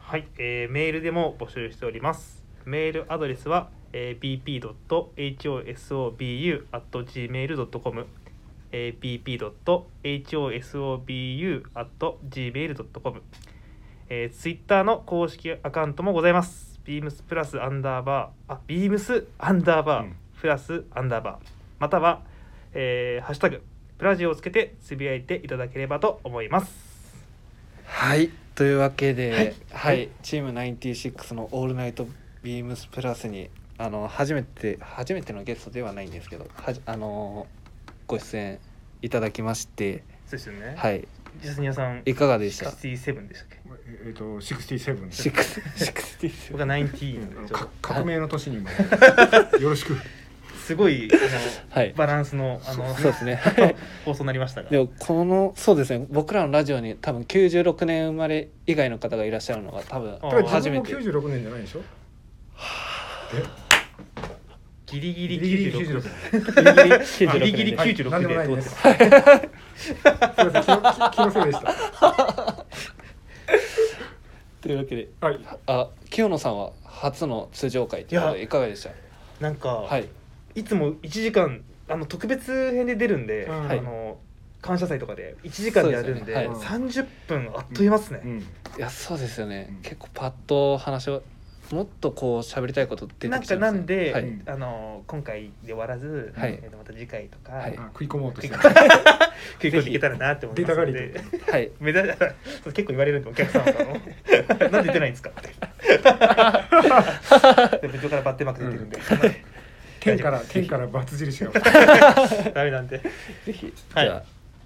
Speaker 2: はい、えーメールでも募集しております。メールアドレスは、えー、bp.hosobu.gmail.com、えー、bp.hosobu.gmail.com、えー、ツイッターの公式アカウントもございます。beams プラスアンダーバー、あ、beams アンダーバ
Speaker 4: う
Speaker 2: ー
Speaker 4: ん
Speaker 2: プラスアンダーバー、または、えーハッシュタグ、プラジオをつけてつぶやいていただければと思います。
Speaker 1: はいというわけで、はい
Speaker 2: い
Speaker 1: チーム96の「オールナイトビームスプラスに」あの初めて初めてのゲストではないんですけどはじあのご出演いただきまして
Speaker 2: そうですよね。
Speaker 1: はい
Speaker 2: ジャスニアさん、
Speaker 1: いかがでした
Speaker 2: 67でしたっけ
Speaker 4: えっ、ー、と67
Speaker 1: シックスシックスティ
Speaker 2: 僕は19
Speaker 4: うん
Speaker 2: な
Speaker 4: あ
Speaker 2: ん
Speaker 4: の
Speaker 2: でちょっと
Speaker 4: か革命の年にも よろしく。
Speaker 2: すごいあ
Speaker 1: はい
Speaker 2: のバランスのあの
Speaker 1: そうですねはい
Speaker 2: 放送になりました が
Speaker 1: でもこのそうですね僕らのラジオに多分96年生まれ以外の方がいらっしゃるのが多分
Speaker 2: あ
Speaker 4: だから
Speaker 1: 初
Speaker 4: 自
Speaker 1: め
Speaker 4: 分も
Speaker 1: て
Speaker 4: 96年じゃないでしょ。
Speaker 2: ギリ
Speaker 4: ギ
Speaker 2: ギリ
Speaker 4: 96
Speaker 2: 96
Speaker 4: 年。
Speaker 2: ギリギリ
Speaker 4: はい
Speaker 2: 96
Speaker 4: なんでもないです。
Speaker 2: です
Speaker 4: い ません気の気のせいでした。
Speaker 1: というわけで
Speaker 4: はい。
Speaker 1: あ清野さんは初の通常会ということ
Speaker 2: い
Speaker 1: で
Speaker 2: や
Speaker 1: いかがでした
Speaker 2: なんか、、
Speaker 1: はいい
Speaker 2: つも1時間あの特別編で出るんで、
Speaker 4: うん
Speaker 2: あの感謝祭とかで1時間でやるんで
Speaker 1: そうですよ
Speaker 4: ねはい
Speaker 2: 30分あっという間ですね、
Speaker 4: うん。
Speaker 1: いやそうですよね、
Speaker 4: うん
Speaker 1: 結構パッと話をもっとこう喋りたいこと出てき
Speaker 2: なん
Speaker 1: ちゃい
Speaker 2: かな
Speaker 1: ますね
Speaker 2: んで、
Speaker 1: はい
Speaker 4: うん
Speaker 2: あの今回で終わらず、
Speaker 1: はい
Speaker 2: えーとまた次回とか、
Speaker 1: は
Speaker 4: あ
Speaker 1: い
Speaker 4: 食い込もうと してる。
Speaker 2: 結構いけたらなって思い
Speaker 4: 出
Speaker 2: ます
Speaker 4: た
Speaker 2: の
Speaker 4: が
Speaker 2: で
Speaker 4: りと。
Speaker 1: はい
Speaker 2: 目立そう結構言われるんでお客さんからもなんで出ないんですかって部長からバッテンマーク出てるんで、
Speaker 4: 天から天からバツ印が。
Speaker 2: ダメなんで
Speaker 1: ぜひじ
Speaker 2: はい
Speaker 1: ゃあ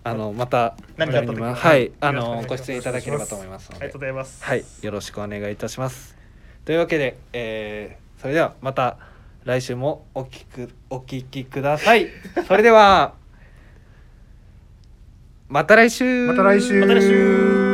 Speaker 1: あのまた
Speaker 2: 何かあった時
Speaker 1: は
Speaker 2: は
Speaker 1: はいあ
Speaker 2: よろ
Speaker 1: のご
Speaker 2: しくお願いします
Speaker 1: 出演いただければと思います
Speaker 2: あ
Speaker 1: の
Speaker 2: りが
Speaker 1: で
Speaker 2: とうございます
Speaker 1: はいよろしくお願いいたしますというわけで、えー、それではまた来週もお聞くお聞きくださ いそれではまた来週
Speaker 4: また来週。
Speaker 2: また来週